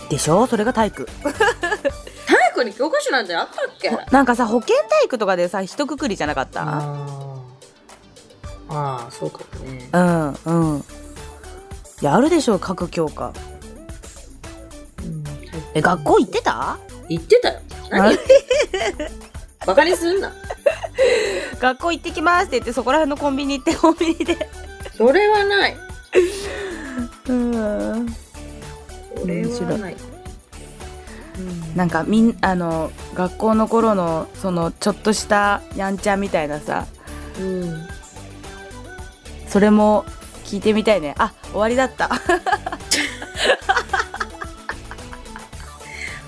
[SPEAKER 3] た
[SPEAKER 2] でしょそれが体育
[SPEAKER 3] 体育に教科書なんてあったっけ
[SPEAKER 2] なんかさ保健体育とかでさ一括りじゃなかった
[SPEAKER 3] あーあーそうかもね
[SPEAKER 2] うんうんいやあるでしょ各教科え学校行ってた
[SPEAKER 3] 行ってたよ
[SPEAKER 2] あ
[SPEAKER 3] 何バカにすんな
[SPEAKER 2] 学校行ってきますって言ってそこら辺のコンビニ行ってコンビニで
[SPEAKER 3] それはない
[SPEAKER 2] うん
[SPEAKER 3] それはない
[SPEAKER 2] なんかみんあの学校の頃のそのちょっとしたやんちゃみたいなさ
[SPEAKER 3] うん
[SPEAKER 2] それも聞いてみたいねあ終わりだった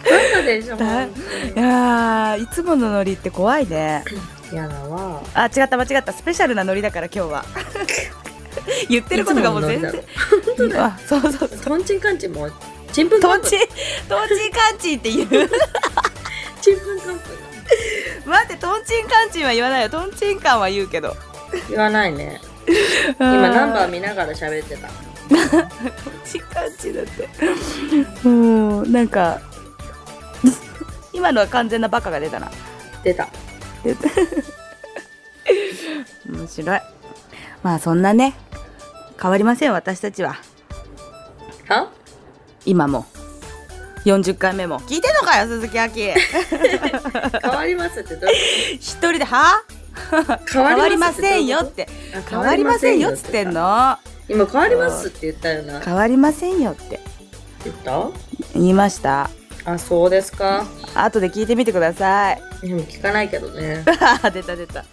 [SPEAKER 3] バカでしょもう
[SPEAKER 2] だいやーいつものノリって怖いね
[SPEAKER 3] やだわ
[SPEAKER 2] あ違った間違ったスペシャルなノリだから今 *laughs* 日は言ってることがもう全然
[SPEAKER 3] いつ
[SPEAKER 2] *laughs*
[SPEAKER 3] ものノリだろ
[SPEAKER 2] あそうそう
[SPEAKER 3] トンチンカンチンもちんぷん
[SPEAKER 2] ト
[SPEAKER 3] か
[SPEAKER 2] ン
[SPEAKER 3] んぷん
[SPEAKER 2] チトンチンカンチンって言う
[SPEAKER 3] ちんぷんかんぷん
[SPEAKER 2] 待ってトンチンカンチンは言わないよトンチンカンは言うけど
[SPEAKER 3] 言わないね今ナンバー
[SPEAKER 2] ー
[SPEAKER 3] 見ながら喋ってた
[SPEAKER 2] チカチだってうんなんか今のは完全なバカが出たな
[SPEAKER 3] 出た
[SPEAKER 2] 出た面白いまあそんなね変わりません私たちは
[SPEAKER 3] は
[SPEAKER 2] 今も40回目も聞いてんのかよ鈴木亜希
[SPEAKER 3] 変わりますってどういう
[SPEAKER 2] 一人では
[SPEAKER 3] こと変
[SPEAKER 2] 変わりませんよ
[SPEAKER 3] っ
[SPEAKER 2] ってて
[SPEAKER 3] どういうこと
[SPEAKER 2] 変わりませんよっつってんの
[SPEAKER 3] 今変わりますって言ったよなって
[SPEAKER 2] 変わりませんよって
[SPEAKER 3] 言っ
[SPEAKER 2] 言いました
[SPEAKER 3] たあそうですか
[SPEAKER 2] 後で聞いてみてください
[SPEAKER 3] でも聞かないけどね *laughs*
[SPEAKER 2] 出た出た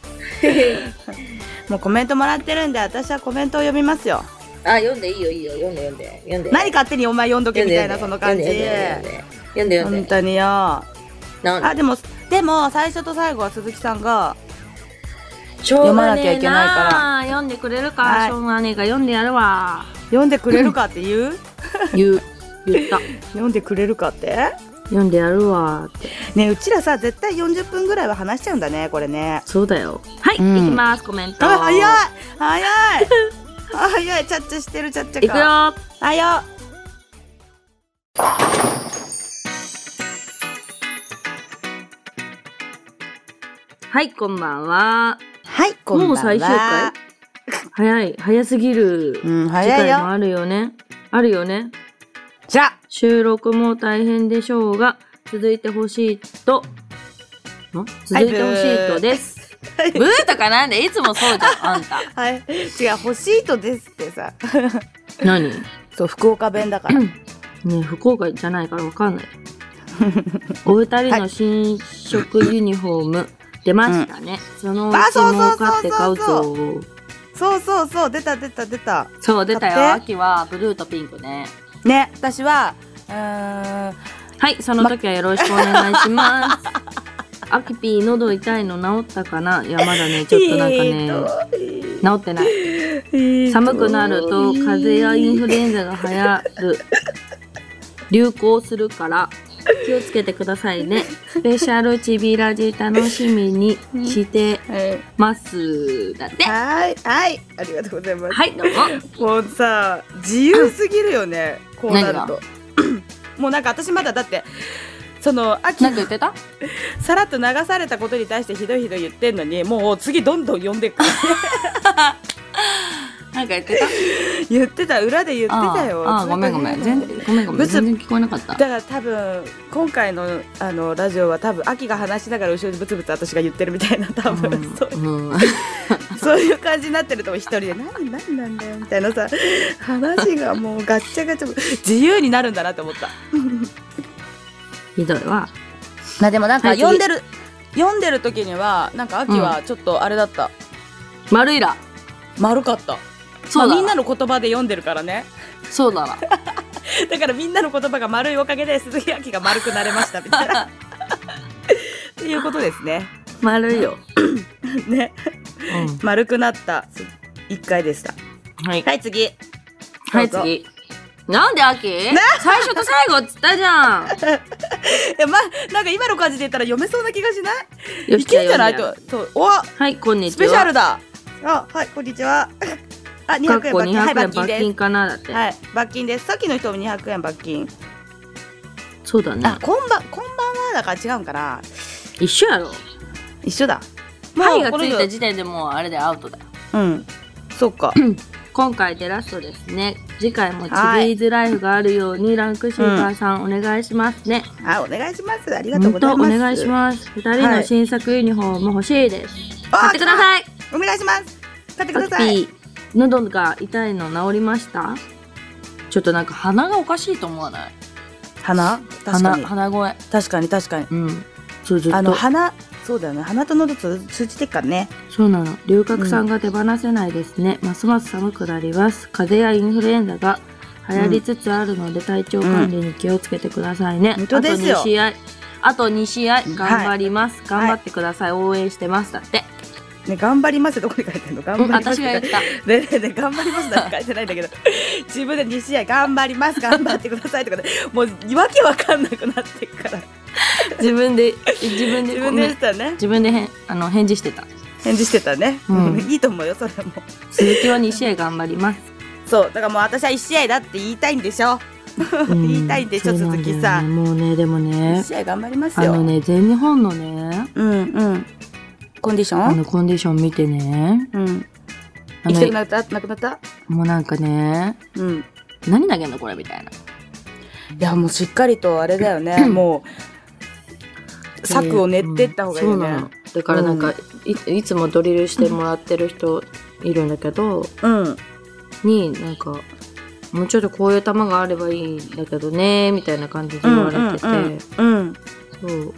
[SPEAKER 2] *laughs* もうコメントもらってるんで私はコメントを読みますよ
[SPEAKER 3] あ読んでいいよいいよ読んで読んで読んで
[SPEAKER 2] 何勝手にお前読んどけ
[SPEAKER 3] 読ん
[SPEAKER 2] み
[SPEAKER 3] で
[SPEAKER 2] たいなその感じ
[SPEAKER 3] 読んで読んで読んで読んで読んで
[SPEAKER 2] 本当によ
[SPEAKER 3] なん
[SPEAKER 2] あでもでも最初と最後は鈴木さんが
[SPEAKER 3] しょ
[SPEAKER 2] 読
[SPEAKER 3] うがねえ
[SPEAKER 2] まなきゃいけないから
[SPEAKER 3] 読んでくれるか、
[SPEAKER 2] はい
[SPEAKER 3] しょうがねえから読んでやるわ
[SPEAKER 2] 読んでくれるかって *laughs* 言
[SPEAKER 3] *laughs*
[SPEAKER 2] う
[SPEAKER 3] 言う言った
[SPEAKER 2] 読んでくれるかって
[SPEAKER 3] 読んでやるわって
[SPEAKER 2] ねうちらさ絶対40分ぐらいは話しちゃうんだねこれね
[SPEAKER 3] そうだよはい、
[SPEAKER 2] うん
[SPEAKER 3] 行きますコメント
[SPEAKER 2] あ早い早いあ早いチャッチャしてるチャッチャ
[SPEAKER 3] 行く
[SPEAKER 2] か
[SPEAKER 3] よ
[SPEAKER 2] はよ
[SPEAKER 3] はいこんばんは
[SPEAKER 2] はいこんばんは
[SPEAKER 3] もう最終回早い早すぎる
[SPEAKER 2] う
[SPEAKER 3] 次
[SPEAKER 2] ん早い
[SPEAKER 3] 回も
[SPEAKER 2] よ
[SPEAKER 3] あるよね、あるよね
[SPEAKER 2] じゃあ
[SPEAKER 3] 収録も大変でしょうが続いてほしいとん続いてほしいとです、
[SPEAKER 2] はい
[SPEAKER 3] ブーとかなんでいつもそうじゃんあ
[SPEAKER 2] *laughs*
[SPEAKER 3] んた
[SPEAKER 2] はい違う欲しいとですってさ
[SPEAKER 3] 何
[SPEAKER 2] そう福岡弁だから
[SPEAKER 3] ねえ福岡じゃないからわかんないお二人の新色ユニフォーム、出ましたね、そのう
[SPEAKER 2] あ
[SPEAKER 3] ち
[SPEAKER 2] そうそうそうそう
[SPEAKER 3] 儲かって買うぞ
[SPEAKER 2] そうそうそう出た出た出た
[SPEAKER 3] そう出たよ
[SPEAKER 2] 買っ
[SPEAKER 3] 秋はブルーとピンクね
[SPEAKER 2] ね私はうーん
[SPEAKER 3] はいその時はよろしくお願いし *laughs* ますアキピー喉痛いの治ったかないやまだねちょっとなんかね治ってない
[SPEAKER 2] ね
[SPEAKER 3] 寒くなると風邪やインフルエンザが流行る流行するから気をつけてくださいねスペシャルチビラジ楽しみにして
[SPEAKER 2] はい
[SPEAKER 3] ますだって
[SPEAKER 2] はいはいありがとうございます
[SPEAKER 3] はいどうも
[SPEAKER 2] もうさ自由すぎるよねこうなると *clears throat* もうなんか私まだだってその秋
[SPEAKER 3] なんて言ってた
[SPEAKER 2] さらっと流されたことに対してひどいひどい言ってんのにもう次どんどん読んでく
[SPEAKER 3] なんか言ってた
[SPEAKER 2] 言ってた裏で言ってたよ
[SPEAKER 3] あーあーごめんごめん全然ごめんごめん
[SPEAKER 2] ブツ
[SPEAKER 3] 全然聞こえなかった
[SPEAKER 2] だから多分今回のあのラジオは多分秋が話しながら後ろにブツブツ私が言ってるみたいな多分、そう
[SPEAKER 3] うん *laughs* うん
[SPEAKER 2] そういう感じになってると思う一人で「何何なんだよ」みたいなさ話がもうガッチャガチャ自由になるんだなって思った
[SPEAKER 3] ひどいわ
[SPEAKER 2] まあでもなんか
[SPEAKER 3] はい次
[SPEAKER 2] 読んでる、読んでる時にはなんか秋はちょっとあれだった、
[SPEAKER 3] 丸いら
[SPEAKER 2] 丸かった
[SPEAKER 3] そ
[SPEAKER 2] ま
[SPEAKER 3] うだ
[SPEAKER 2] あ
[SPEAKER 3] わ
[SPEAKER 2] みんなの言葉で読んでるからね
[SPEAKER 3] そうだわ
[SPEAKER 2] だからみんなの言葉が丸いおかげで鈴木秋が丸くなれましたみたい *laughs* なっていうことですね
[SPEAKER 3] 丸いよ
[SPEAKER 2] ね
[SPEAKER 3] う
[SPEAKER 2] 丸くなった一回でした
[SPEAKER 3] んはい
[SPEAKER 2] はい次
[SPEAKER 3] はい、
[SPEAKER 2] どうぞ
[SPEAKER 3] 次。なんで秋最初と最後っつったじゃん。
[SPEAKER 2] えまなんか今の感じで言ったら読めそうな気がしない
[SPEAKER 3] よ
[SPEAKER 2] いけんじゃない。
[SPEAKER 3] じゃあ
[SPEAKER 2] とそうお
[SPEAKER 3] 読んではい、こんにちは。
[SPEAKER 2] スペシャルだあはいこんにちはあ
[SPEAKER 3] かっ
[SPEAKER 2] 200円罰金
[SPEAKER 3] こ
[SPEAKER 2] はい
[SPEAKER 3] 200円
[SPEAKER 2] 罰金
[SPEAKER 3] 罰
[SPEAKER 2] で
[SPEAKER 3] 金かなだっ
[SPEAKER 2] す
[SPEAKER 3] て。
[SPEAKER 2] はい罰金ですさっきの人も200円罰金
[SPEAKER 3] そうだね
[SPEAKER 2] あ。こんばんこんばんはだから違うんかな
[SPEAKER 3] 一緒やろ。
[SPEAKER 2] 一緒だ
[SPEAKER 3] はいがつ
[SPEAKER 2] この
[SPEAKER 3] い
[SPEAKER 2] 人
[SPEAKER 3] た時点でもうあれでアウトだよ。
[SPEAKER 2] うんそっか
[SPEAKER 3] 今回でラストですね。次回もチビーズライフがあるようにランクシーカーさんお願いしますね。
[SPEAKER 2] あお願いしますありがとう
[SPEAKER 3] 本
[SPEAKER 2] ござい
[SPEAKER 3] 当お
[SPEAKER 2] ます
[SPEAKER 3] 願いします。二人の新作ユニフォーム欲しいです。
[SPEAKER 2] す
[SPEAKER 3] 買ってくだ
[SPEAKER 2] い
[SPEAKER 3] さい。
[SPEAKER 2] お願いします買ってくだ
[SPEAKER 3] ア
[SPEAKER 2] さい
[SPEAKER 3] キピー、喉が痛いの治りましたちょっとなんか鼻がおかしいと思わない
[SPEAKER 2] 鼻確か
[SPEAKER 3] 鼻
[SPEAKER 2] に
[SPEAKER 3] 鼻声
[SPEAKER 2] 確かに確かに
[SPEAKER 3] うんそうずっと
[SPEAKER 2] あの鼻そうだよね鼻と喉と通じてっからね
[SPEAKER 3] そうなの龍角散が手放せないですね、ますます寒くなります風邪やインフルエンザが流行りつつあるので体調管理に気をつけてくださいね、
[SPEAKER 2] 本当ですよ
[SPEAKER 3] あと2試合あと2試合
[SPEAKER 2] い
[SPEAKER 3] 頑張ります、頑張ってください、応援してますだって、
[SPEAKER 2] ね頑張りますどこに書いてんの頑張
[SPEAKER 3] う
[SPEAKER 2] り
[SPEAKER 3] ん
[SPEAKER 2] ます
[SPEAKER 3] 私が言った
[SPEAKER 2] *laughs* ねねね頑張りますなんて書いてないんだけど *laughs* 自分で2試合頑張ります頑張ってくださいとかでもうわけわかんなくなってっから
[SPEAKER 3] 自分で自分で
[SPEAKER 2] 自
[SPEAKER 3] ご
[SPEAKER 2] 分
[SPEAKER 3] めん
[SPEAKER 2] でしたね
[SPEAKER 3] 自分でへんあの返事してた
[SPEAKER 2] 返事してたね、
[SPEAKER 3] うん
[SPEAKER 2] *laughs* いいと思うよそれも
[SPEAKER 3] 鈴木は2試合頑張ります。
[SPEAKER 2] そうだからもう私は1試合だって言いたいんでしょ *laughs* *laughs* 言いたいんでしょ
[SPEAKER 3] そう
[SPEAKER 2] 鈴
[SPEAKER 3] なんだよ
[SPEAKER 2] 木
[SPEAKER 3] ね
[SPEAKER 2] さん、
[SPEAKER 3] もうね、でも
[SPEAKER 2] 1
[SPEAKER 3] ね、
[SPEAKER 2] 試合頑張ります
[SPEAKER 3] あ
[SPEAKER 2] よ、
[SPEAKER 3] のね、全日本のね、
[SPEAKER 2] うんうんコンディショ
[SPEAKER 3] あ
[SPEAKER 2] ン
[SPEAKER 3] のコンディション見てね、
[SPEAKER 2] うん
[SPEAKER 3] あ
[SPEAKER 2] 行きたく
[SPEAKER 3] の
[SPEAKER 2] なったなくなった
[SPEAKER 3] もうなんかね、
[SPEAKER 2] うん
[SPEAKER 3] 何投げんのこれみたいな。
[SPEAKER 2] いやもうしっかりとあれだよねもう策を練ってった方がいいよね、
[SPEAKER 3] うんそうなのだからなんか、いいつもドリルしてもらってる人いるんだけど、
[SPEAKER 2] うん
[SPEAKER 3] になんかもうちょっとこういう球があればいいんだけどねみたいな感じで言われてて、
[SPEAKER 2] うん
[SPEAKER 3] そう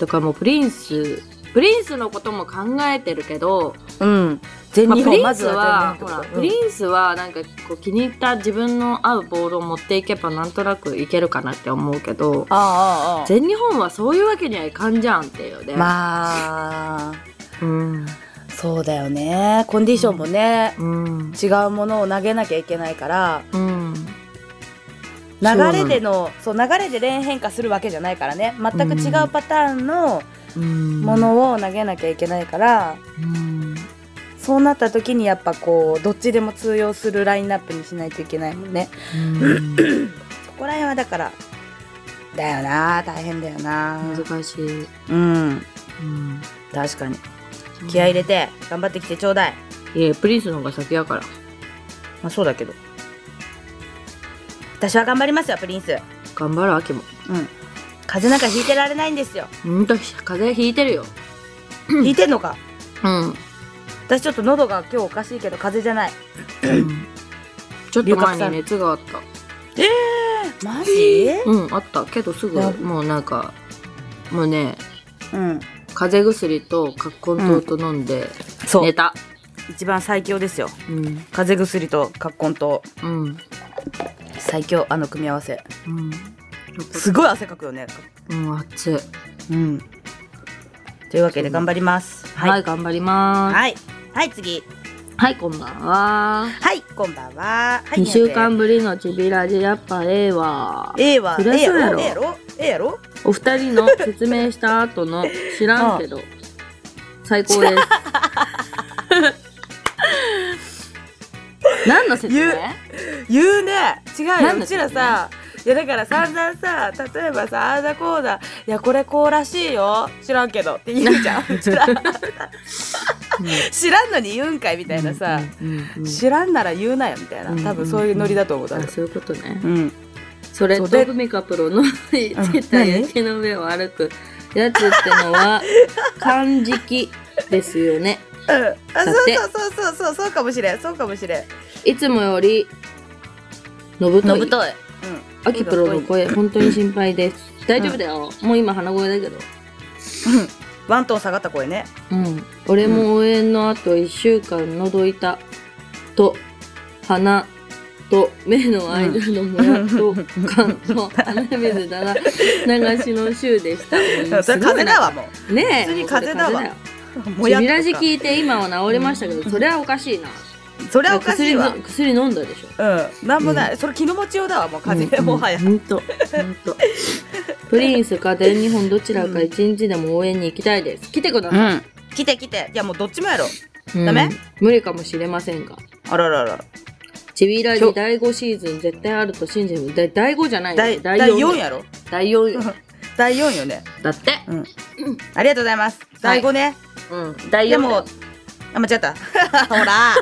[SPEAKER 3] だからもうプリンスプリンスのことも考えてるけど、
[SPEAKER 2] うん全
[SPEAKER 3] まあ
[SPEAKER 2] 日
[SPEAKER 3] プリ
[SPEAKER 2] 本ま
[SPEAKER 3] ン
[SPEAKER 2] ず
[SPEAKER 3] ス
[SPEAKER 2] は
[SPEAKER 3] は、
[SPEAKER 2] 全日本っ
[SPEAKER 3] ほら
[SPEAKER 2] てこと
[SPEAKER 3] プリンスはなんかこう気に入った自分の合うボールを持っていけばなんとなくいけるかなって思うけど
[SPEAKER 2] あああああ
[SPEAKER 3] 全日本はそういうわけにはいかんじゃんっていうね。
[SPEAKER 2] あまあ
[SPEAKER 3] うん
[SPEAKER 2] そうだよねコンディションもね、
[SPEAKER 3] うん
[SPEAKER 2] 違うものを投げなきゃいけないから
[SPEAKER 3] うん
[SPEAKER 2] 流
[SPEAKER 3] そうなの
[SPEAKER 2] れでのそう流れでレーン変化するわけじゃないからね全く違うパターンの
[SPEAKER 3] うん
[SPEAKER 2] ものを投げなきゃいけないから、
[SPEAKER 3] うん
[SPEAKER 2] そうなった時にやっぱこうどっちでも通用するラインナップにしないといけないもんね
[SPEAKER 3] うん
[SPEAKER 2] そこら辺はだからだよな大変だよな
[SPEAKER 3] 難しい、
[SPEAKER 2] うん
[SPEAKER 3] うん、
[SPEAKER 2] 確かに気合い入れて頑張ってきてちょうだい
[SPEAKER 3] いやプリンスの方が先やから
[SPEAKER 2] まあそうだけど私は頑張りますよプリンス
[SPEAKER 3] 頑張る秋も
[SPEAKER 2] うん風邪なんかひいてられないんですよ
[SPEAKER 3] うんと風邪ひいてるよ
[SPEAKER 2] ひいてんのか
[SPEAKER 3] うん
[SPEAKER 2] 私ちょっと喉が今日おかしいけど風邪じゃない
[SPEAKER 3] ちょっと前に熱があった
[SPEAKER 2] マジ
[SPEAKER 3] うんあったけどすぐ
[SPEAKER 2] やば
[SPEAKER 3] もうなんかもうね
[SPEAKER 2] うん
[SPEAKER 3] 風邪薬と葛根湯と飲んで
[SPEAKER 2] そ
[SPEAKER 3] 寝
[SPEAKER 2] う
[SPEAKER 3] た
[SPEAKER 2] 一番最強ですよ
[SPEAKER 3] うん
[SPEAKER 2] 風邪薬と葛根と
[SPEAKER 3] うん
[SPEAKER 2] 最強あの組み合わせ
[SPEAKER 3] うん
[SPEAKER 2] すごい汗かくよね
[SPEAKER 3] うん暑い
[SPEAKER 2] うんというわけで頑張ります
[SPEAKER 3] はい、
[SPEAKER 2] はい
[SPEAKER 3] 頑張りますはい、
[SPEAKER 2] はいはい次
[SPEAKER 3] こんばんは
[SPEAKER 2] はい、こんばんは。はい、
[SPEAKER 3] 2週間ぶりのちびラジやっぱええわ
[SPEAKER 2] A は
[SPEAKER 3] そりゃ
[SPEAKER 2] A やろ
[SPEAKER 3] そう
[SPEAKER 2] A
[SPEAKER 3] や
[SPEAKER 2] やろ A やろ
[SPEAKER 3] お二人の説明した後の知らんけど、最
[SPEAKER 2] *laughs*
[SPEAKER 3] 高です。何の説明
[SPEAKER 2] 言う言うね違う
[SPEAKER 3] な
[SPEAKER 2] よ
[SPEAKER 3] ん
[SPEAKER 2] う
[SPEAKER 3] だ
[SPEAKER 2] ちらさいやだから散々さ例えばさあーだこうだいやこれこうらしいよ知らんけどって言うじゃ
[SPEAKER 3] *laughs*
[SPEAKER 2] ん *laughs* うちら知らんのに言うんかいみたいなさ、
[SPEAKER 3] うんうんうん
[SPEAKER 2] 知らんなら言うなよみたいな多分そういうノリだと思うだ
[SPEAKER 3] あそういうことね
[SPEAKER 2] う。ん
[SPEAKER 3] それと
[SPEAKER 2] そうで
[SPEAKER 3] 文カプロの言ってた
[SPEAKER 2] 何
[SPEAKER 3] 雪の上を歩くやつって
[SPEAKER 2] *laughs*
[SPEAKER 3] のは漢字記ですよね。
[SPEAKER 2] うん、あそ
[SPEAKER 3] だ
[SPEAKER 2] う
[SPEAKER 3] って
[SPEAKER 2] そうそうそうそうそうかもしれんそうかもしれん
[SPEAKER 3] いつもよりのぶとい。
[SPEAKER 2] とい
[SPEAKER 3] あきプロの声本当に心配です。大丈夫だよ。もう今鼻声だけど。
[SPEAKER 2] ワントーン下がった声ね
[SPEAKER 3] うん、俺も応援のあと1週間喉痛と鼻と目の間のもやっと感と鼻水だな流しの週でした。
[SPEAKER 2] それ風邪だわも
[SPEAKER 3] わ。ねえ。
[SPEAKER 2] 普通に風邪だわう
[SPEAKER 3] も
[SPEAKER 2] も
[SPEAKER 3] う
[SPEAKER 2] や
[SPEAKER 3] そ
[SPEAKER 2] っと
[SPEAKER 3] れ風邪だよ。ビ
[SPEAKER 2] か
[SPEAKER 3] ラジ聞いて今は治りましたけど、それはおかしいな。
[SPEAKER 2] それはおかしいわ
[SPEAKER 3] 薬の薬飲んだでしょ。
[SPEAKER 2] うん、なんもない、それ気の持ちようだわもう風邪、もはや、
[SPEAKER 3] 本当本当。プリンスか全日本どちらか一日でも応援に行きたいです。来てください。
[SPEAKER 2] ん、来て来ていやもうどっちもやろ
[SPEAKER 3] うん
[SPEAKER 2] ダメ
[SPEAKER 3] 無理かもしれませんが。
[SPEAKER 2] あらららら
[SPEAKER 3] チビラ
[SPEAKER 2] 今
[SPEAKER 3] ジ
[SPEAKER 2] 日
[SPEAKER 3] 第5シーズン絶対あると信じる。だ第5じゃないよ
[SPEAKER 2] 第第
[SPEAKER 3] 四
[SPEAKER 2] 4やろ
[SPEAKER 3] 第4よ。
[SPEAKER 2] 第4よね
[SPEAKER 3] だって。
[SPEAKER 2] うんありがとうございます第5ね、
[SPEAKER 3] うん。第4
[SPEAKER 2] でもあ間違った *laughs* ほら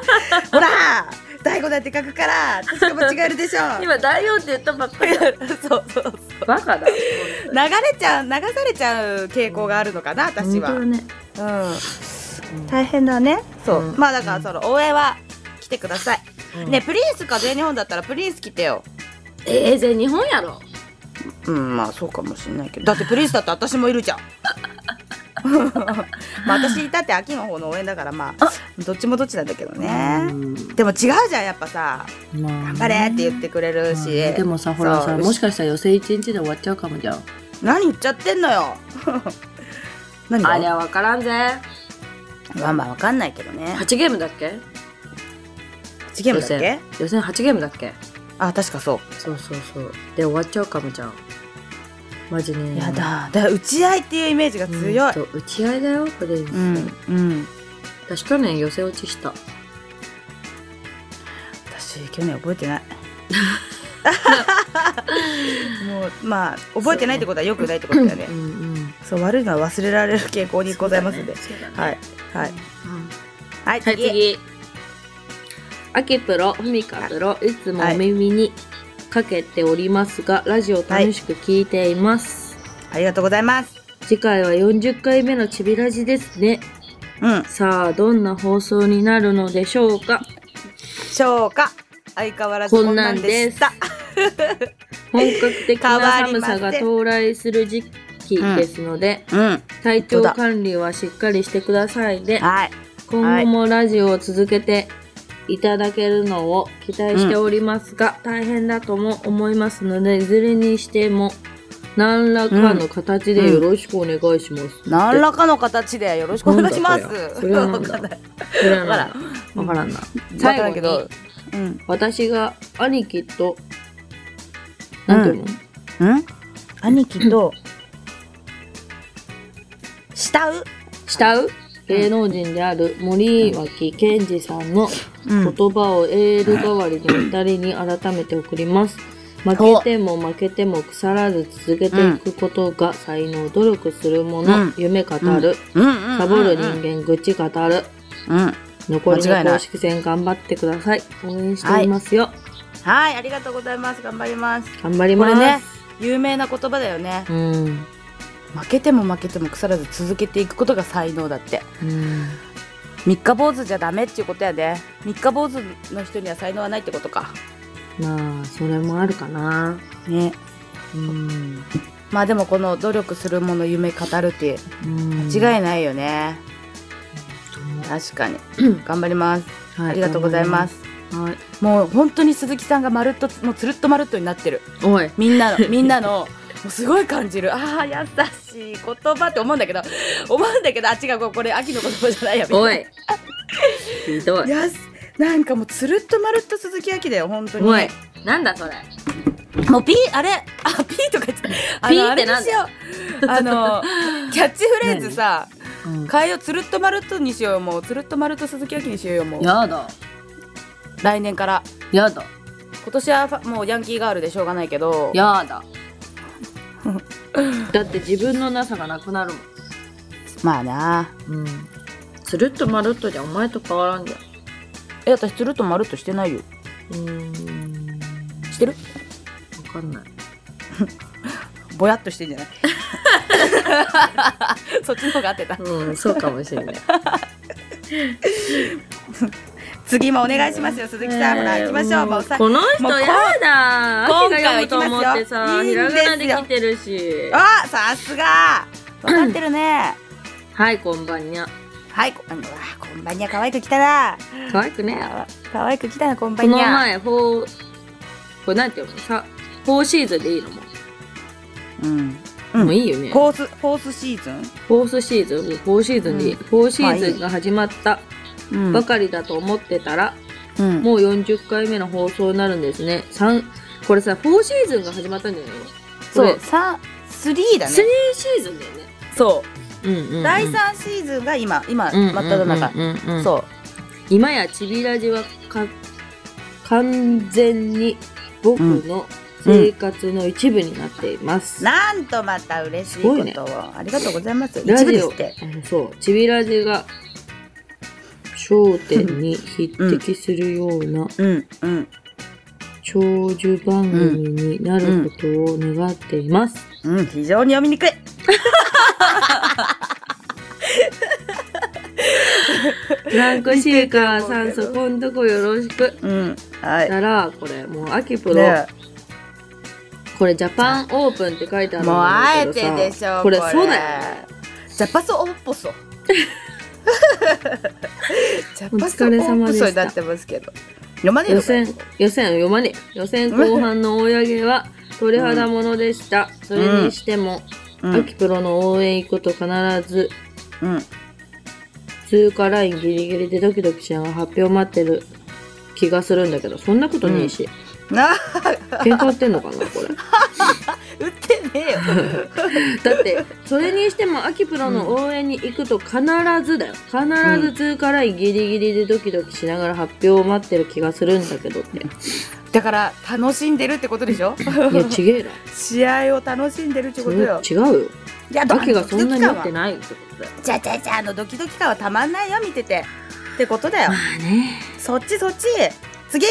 [SPEAKER 2] ほら第5だって書くから確か間違えるでしょ
[SPEAKER 3] 今第4って言ったばっかりだ。
[SPEAKER 2] *laughs* そうそうそう
[SPEAKER 3] バカだ。
[SPEAKER 2] 流れちゃう流されちゃう傾向があるのかな私は、
[SPEAKER 3] 本当だ
[SPEAKER 2] うん、
[SPEAKER 3] ね。
[SPEAKER 2] 大変だねそう、
[SPEAKER 3] うん
[SPEAKER 2] まあだからその応援は来てください、
[SPEAKER 3] うん
[SPEAKER 2] ねプリンスか全日本だったらプリンス来てよ
[SPEAKER 3] えー、全日本やろ。
[SPEAKER 2] うんまあそうかもしれないけどだってプリンスだって私もいるじゃん *laughs* まあ私だって秋の方の応援だからまあどっちもどっちなんだけどねでも違うじゃんやっぱさ「
[SPEAKER 3] 頑
[SPEAKER 2] 頑張れ!」って言ってくれるし
[SPEAKER 3] でもさ、ほら
[SPEAKER 2] そ
[SPEAKER 3] さ、
[SPEAKER 2] う
[SPEAKER 3] もしかしたら予選1日で終わっちゃうかもじゃん。
[SPEAKER 2] 何言っちゃってんのよ *laughs* 何が
[SPEAKER 3] ありゃ分からんぜ。
[SPEAKER 2] まあまあわかんないけどね
[SPEAKER 3] 8ゲームだっけ
[SPEAKER 2] 8ゲームだっ
[SPEAKER 3] 予
[SPEAKER 2] け
[SPEAKER 3] 選予選8ゲームだっけ
[SPEAKER 2] あ確かそ
[SPEAKER 3] そうそうそう。で、終わっちゃうかもじゃん。マジ
[SPEAKER 2] う
[SPEAKER 3] ね。
[SPEAKER 2] やだだから打ち合いっていうイメージが強い
[SPEAKER 3] うんと打ち合いだよプリンス、
[SPEAKER 2] うんうん
[SPEAKER 3] 私去年寄せ落ちした。
[SPEAKER 2] 私去年覚えて
[SPEAKER 3] *laughs*
[SPEAKER 2] ないもうまあ覚えてないってことはよくないってことだよね
[SPEAKER 3] うんうん。
[SPEAKER 2] そう悪いのは忘れられる傾向にございますんで、
[SPEAKER 3] そうだね
[SPEAKER 2] はいはい
[SPEAKER 3] うん
[SPEAKER 2] はい、
[SPEAKER 3] はい、次。あきプロ、ふみかプロ、いつもお耳にかけておりますが、ラジオ楽しく聞いています。
[SPEAKER 2] ありがとうございます
[SPEAKER 3] 次回は40回目のちびラジですね。
[SPEAKER 2] うん
[SPEAKER 3] さあ、どんな放送になるのでしょうか。
[SPEAKER 2] しょうか相変わらずこんなんでした
[SPEAKER 3] 本格的な寒
[SPEAKER 2] 変わ
[SPEAKER 3] さが
[SPEAKER 2] りません
[SPEAKER 3] 到来する時期ですので、
[SPEAKER 2] うん
[SPEAKER 3] 体調管理はしっかりしてくださいね。
[SPEAKER 2] はい
[SPEAKER 3] 今後もラジオを続けていただけるのを期待しておりますが、大変だとも思いますのでいずれにしても何らかの形でよろしくお願いします、
[SPEAKER 2] 何らかの形でよろしくお願いします
[SPEAKER 3] それはなんだ
[SPEAKER 2] *laughs* わかんない
[SPEAKER 3] それはなんだ
[SPEAKER 2] わ
[SPEAKER 3] わ
[SPEAKER 2] か
[SPEAKER 3] かららんな、
[SPEAKER 2] わか
[SPEAKER 3] 最後
[SPEAKER 2] らん
[SPEAKER 3] に
[SPEAKER 2] けどうん
[SPEAKER 3] 私が兄貴となんていうの、
[SPEAKER 2] うん兄貴と慕う
[SPEAKER 3] 慕う芸能人である森脇健児さんの
[SPEAKER 2] うん
[SPEAKER 3] 言葉をエール代わりに二人に改めて送ります。負けても負けても腐らず続けていくことが才能、努力するもの、
[SPEAKER 2] うん
[SPEAKER 3] 夢語る、
[SPEAKER 2] うんうん
[SPEAKER 3] サボる人間、愚痴語る、
[SPEAKER 2] うんうん
[SPEAKER 3] 残り
[SPEAKER 2] 間違
[SPEAKER 3] の
[SPEAKER 2] いない
[SPEAKER 3] 公式戦頑張ってください。応援していますよ。
[SPEAKER 2] はいありがとうございます頑張ります
[SPEAKER 3] 頑張り
[SPEAKER 2] こ
[SPEAKER 3] ます。
[SPEAKER 2] れね有名な言葉だよね
[SPEAKER 3] うん。
[SPEAKER 2] 負けても負けても腐らず続けていくことが才能だって
[SPEAKER 3] うん。
[SPEAKER 2] 三日坊主じゃダメっていうことやね三日坊主の人には才能はないってことか
[SPEAKER 3] まあ、それもあるかな。
[SPEAKER 2] ね
[SPEAKER 3] うん。
[SPEAKER 2] まあでもこの努力するもの夢語るって
[SPEAKER 3] うん
[SPEAKER 2] 間違いないよね、確かに頑張ります
[SPEAKER 3] はい
[SPEAKER 2] ありがとうございます。
[SPEAKER 3] はい。
[SPEAKER 2] もう本当に鈴木さんがまるっともうつるっとまるっとになってる
[SPEAKER 3] おい。
[SPEAKER 2] みんなのみんなのもうすごい感じるああ優しい言葉って思うんだけど思うんだけどあ違うこれこれ秋の言葉じゃないやみたい
[SPEAKER 3] おい。ひど。
[SPEAKER 2] ないやすなんかもうつるっとまるっと鈴木秋だよ本当に
[SPEAKER 3] おい。なんだそれ。
[SPEAKER 2] もうピーあれあピーとか言ってあ
[SPEAKER 3] ピ
[SPEAKER 2] の
[SPEAKER 3] ー
[SPEAKER 2] あ
[SPEAKER 3] っ
[SPEAKER 2] れ
[SPEAKER 3] て
[SPEAKER 2] に
[SPEAKER 3] なん
[SPEAKER 2] し
[SPEAKER 3] だ
[SPEAKER 2] ようあ
[SPEAKER 3] *laughs*
[SPEAKER 2] のキャッチフレーズさ変えようつるっとまるっとにしようよもうつるっとまるっと鈴木秋にしようよもう
[SPEAKER 3] やだ。
[SPEAKER 2] 来年から
[SPEAKER 3] やだ。
[SPEAKER 2] 今年はファもうヤンキーガールでしょうがないけど
[SPEAKER 3] やだ。 *laughs* だって自分のなさがなくなる
[SPEAKER 2] まあな
[SPEAKER 3] もん。うん。つるっとまるっとじゃお前と変わらんじゃん。
[SPEAKER 2] え私つるっとまるっとしてないよ
[SPEAKER 3] うーん。
[SPEAKER 2] してる
[SPEAKER 3] わかんない。
[SPEAKER 2] ぼやっとしてんじゃない
[SPEAKER 3] *laughs*
[SPEAKER 2] そっちの方が合ってた
[SPEAKER 3] うん、そうかもし *laughs* れない。
[SPEAKER 2] 次もお願いしますよ鈴木さん、ほら行きましょうもうさ
[SPEAKER 3] この
[SPEAKER 2] もうこ
[SPEAKER 3] 人やだ。
[SPEAKER 2] 今
[SPEAKER 3] 秋が
[SPEAKER 2] 回は
[SPEAKER 3] 読
[SPEAKER 2] 行
[SPEAKER 3] む
[SPEAKER 2] き
[SPEAKER 3] と
[SPEAKER 2] ますよ
[SPEAKER 3] 思ってさ、
[SPEAKER 2] いいん
[SPEAKER 3] ひ
[SPEAKER 2] で
[SPEAKER 3] ら
[SPEAKER 2] すよ
[SPEAKER 3] がなで来てるし。
[SPEAKER 2] あさすが分かってるね
[SPEAKER 3] はい、こんばんにゃ。
[SPEAKER 2] はいこあのわあこんばんにゃ可愛く来たな
[SPEAKER 3] 可愛くね。
[SPEAKER 2] 可愛く来たなこんば
[SPEAKER 3] こ
[SPEAKER 2] ん
[SPEAKER 3] の
[SPEAKER 2] にゃ
[SPEAKER 3] 前、フォー、これなんていうのさ、フォーシーズンでいいのも
[SPEAKER 2] うん
[SPEAKER 3] う。もういいよね。
[SPEAKER 2] フォースフォースシーズ
[SPEAKER 3] フォースシーズン、フォーシーズンに、
[SPEAKER 2] うん
[SPEAKER 3] フォーシーズンが始まった
[SPEAKER 2] ンうん
[SPEAKER 3] ばかりだと思ってたら、
[SPEAKER 2] うん
[SPEAKER 3] もう40回目の放送になるんですね。三これさ、フォーシーズンが始まったんじゃないのこ
[SPEAKER 2] そ
[SPEAKER 3] れ
[SPEAKER 2] う、さスリーだね
[SPEAKER 3] スリーシーズンだよね。
[SPEAKER 2] そう
[SPEAKER 3] うんうんうん
[SPEAKER 2] 第3シーズンが今今
[SPEAKER 3] うんうんうんうん
[SPEAKER 2] 真っ只中
[SPEAKER 3] うんうん
[SPEAKER 2] そう
[SPEAKER 3] 今やちびラジはか完全に僕の生活の一部になっています。
[SPEAKER 2] なんとまた嬉しい
[SPEAKER 3] す
[SPEAKER 2] こ
[SPEAKER 3] ご
[SPEAKER 2] とを、
[SPEAKER 3] いね
[SPEAKER 2] ありがとうございます。
[SPEAKER 3] ラ
[SPEAKER 2] 一部
[SPEAKER 3] ジ
[SPEAKER 2] で
[SPEAKER 3] オ
[SPEAKER 2] すって。
[SPEAKER 3] あそうちびラジが焦点
[SPEAKER 2] *laughs*
[SPEAKER 3] に匹敵するような
[SPEAKER 2] うんうん
[SPEAKER 3] 長寿番組になることを願っています。
[SPEAKER 2] うん非常に読みにくい。
[SPEAKER 3] フランクシーカーさんそこんとこよろしく。
[SPEAKER 2] うんはい。
[SPEAKER 3] ならこれもう秋プロ、
[SPEAKER 2] ね
[SPEAKER 3] これジャパンオープンって書いてあるん
[SPEAKER 2] もうあえ
[SPEAKER 3] だけど
[SPEAKER 2] て
[SPEAKER 3] さ
[SPEAKER 2] でしょ
[SPEAKER 3] これそうだよね。。
[SPEAKER 2] ジャパソオッポ *laughs* ソ。ジャパソオ
[SPEAKER 3] お疲れ
[SPEAKER 2] ッ
[SPEAKER 3] 様
[SPEAKER 2] ポ
[SPEAKER 3] でし
[SPEAKER 2] ソ
[SPEAKER 3] た
[SPEAKER 2] になってますけど。読まねえ
[SPEAKER 3] 予
[SPEAKER 2] のかよ
[SPEAKER 3] 選予選読まねえ予選後半の追い上げは鳥肌ものでした、それにしても、
[SPEAKER 2] うん
[SPEAKER 3] 秋プロの応援行くと必ず
[SPEAKER 2] うん
[SPEAKER 3] 通過ラインギリギリでドキドキしながら発表待ってる気がするんだけどそんなことねえし、
[SPEAKER 2] な *laughs*
[SPEAKER 3] 喧嘩売ってんのかなこれ
[SPEAKER 2] 売ってね *laughs* えよ。
[SPEAKER 3] だってそれにしても秋プロの応援に行くと必ずだよ必ず通過ラインギリギリでドキドキしながら発表を待ってる気がするんだけど
[SPEAKER 2] *laughs*
[SPEAKER 3] ってい
[SPEAKER 2] だから楽しんでるってことで *laughs* しょ
[SPEAKER 3] やちげえな
[SPEAKER 2] 試合を楽しんでるって
[SPEAKER 3] そ
[SPEAKER 2] こと
[SPEAKER 3] れ
[SPEAKER 2] よ。
[SPEAKER 3] 違うよ
[SPEAKER 2] いや
[SPEAKER 3] 秋がそんなに
[SPEAKER 2] ドキド
[SPEAKER 3] 持っ
[SPEAKER 2] キ
[SPEAKER 3] て
[SPEAKER 2] 感は
[SPEAKER 3] ないってことだよ
[SPEAKER 2] じゃあじゃあじゃああのドキドキ感はたまんないよ見てて。ってことだよ
[SPEAKER 3] ま。あね
[SPEAKER 2] そっちそっち次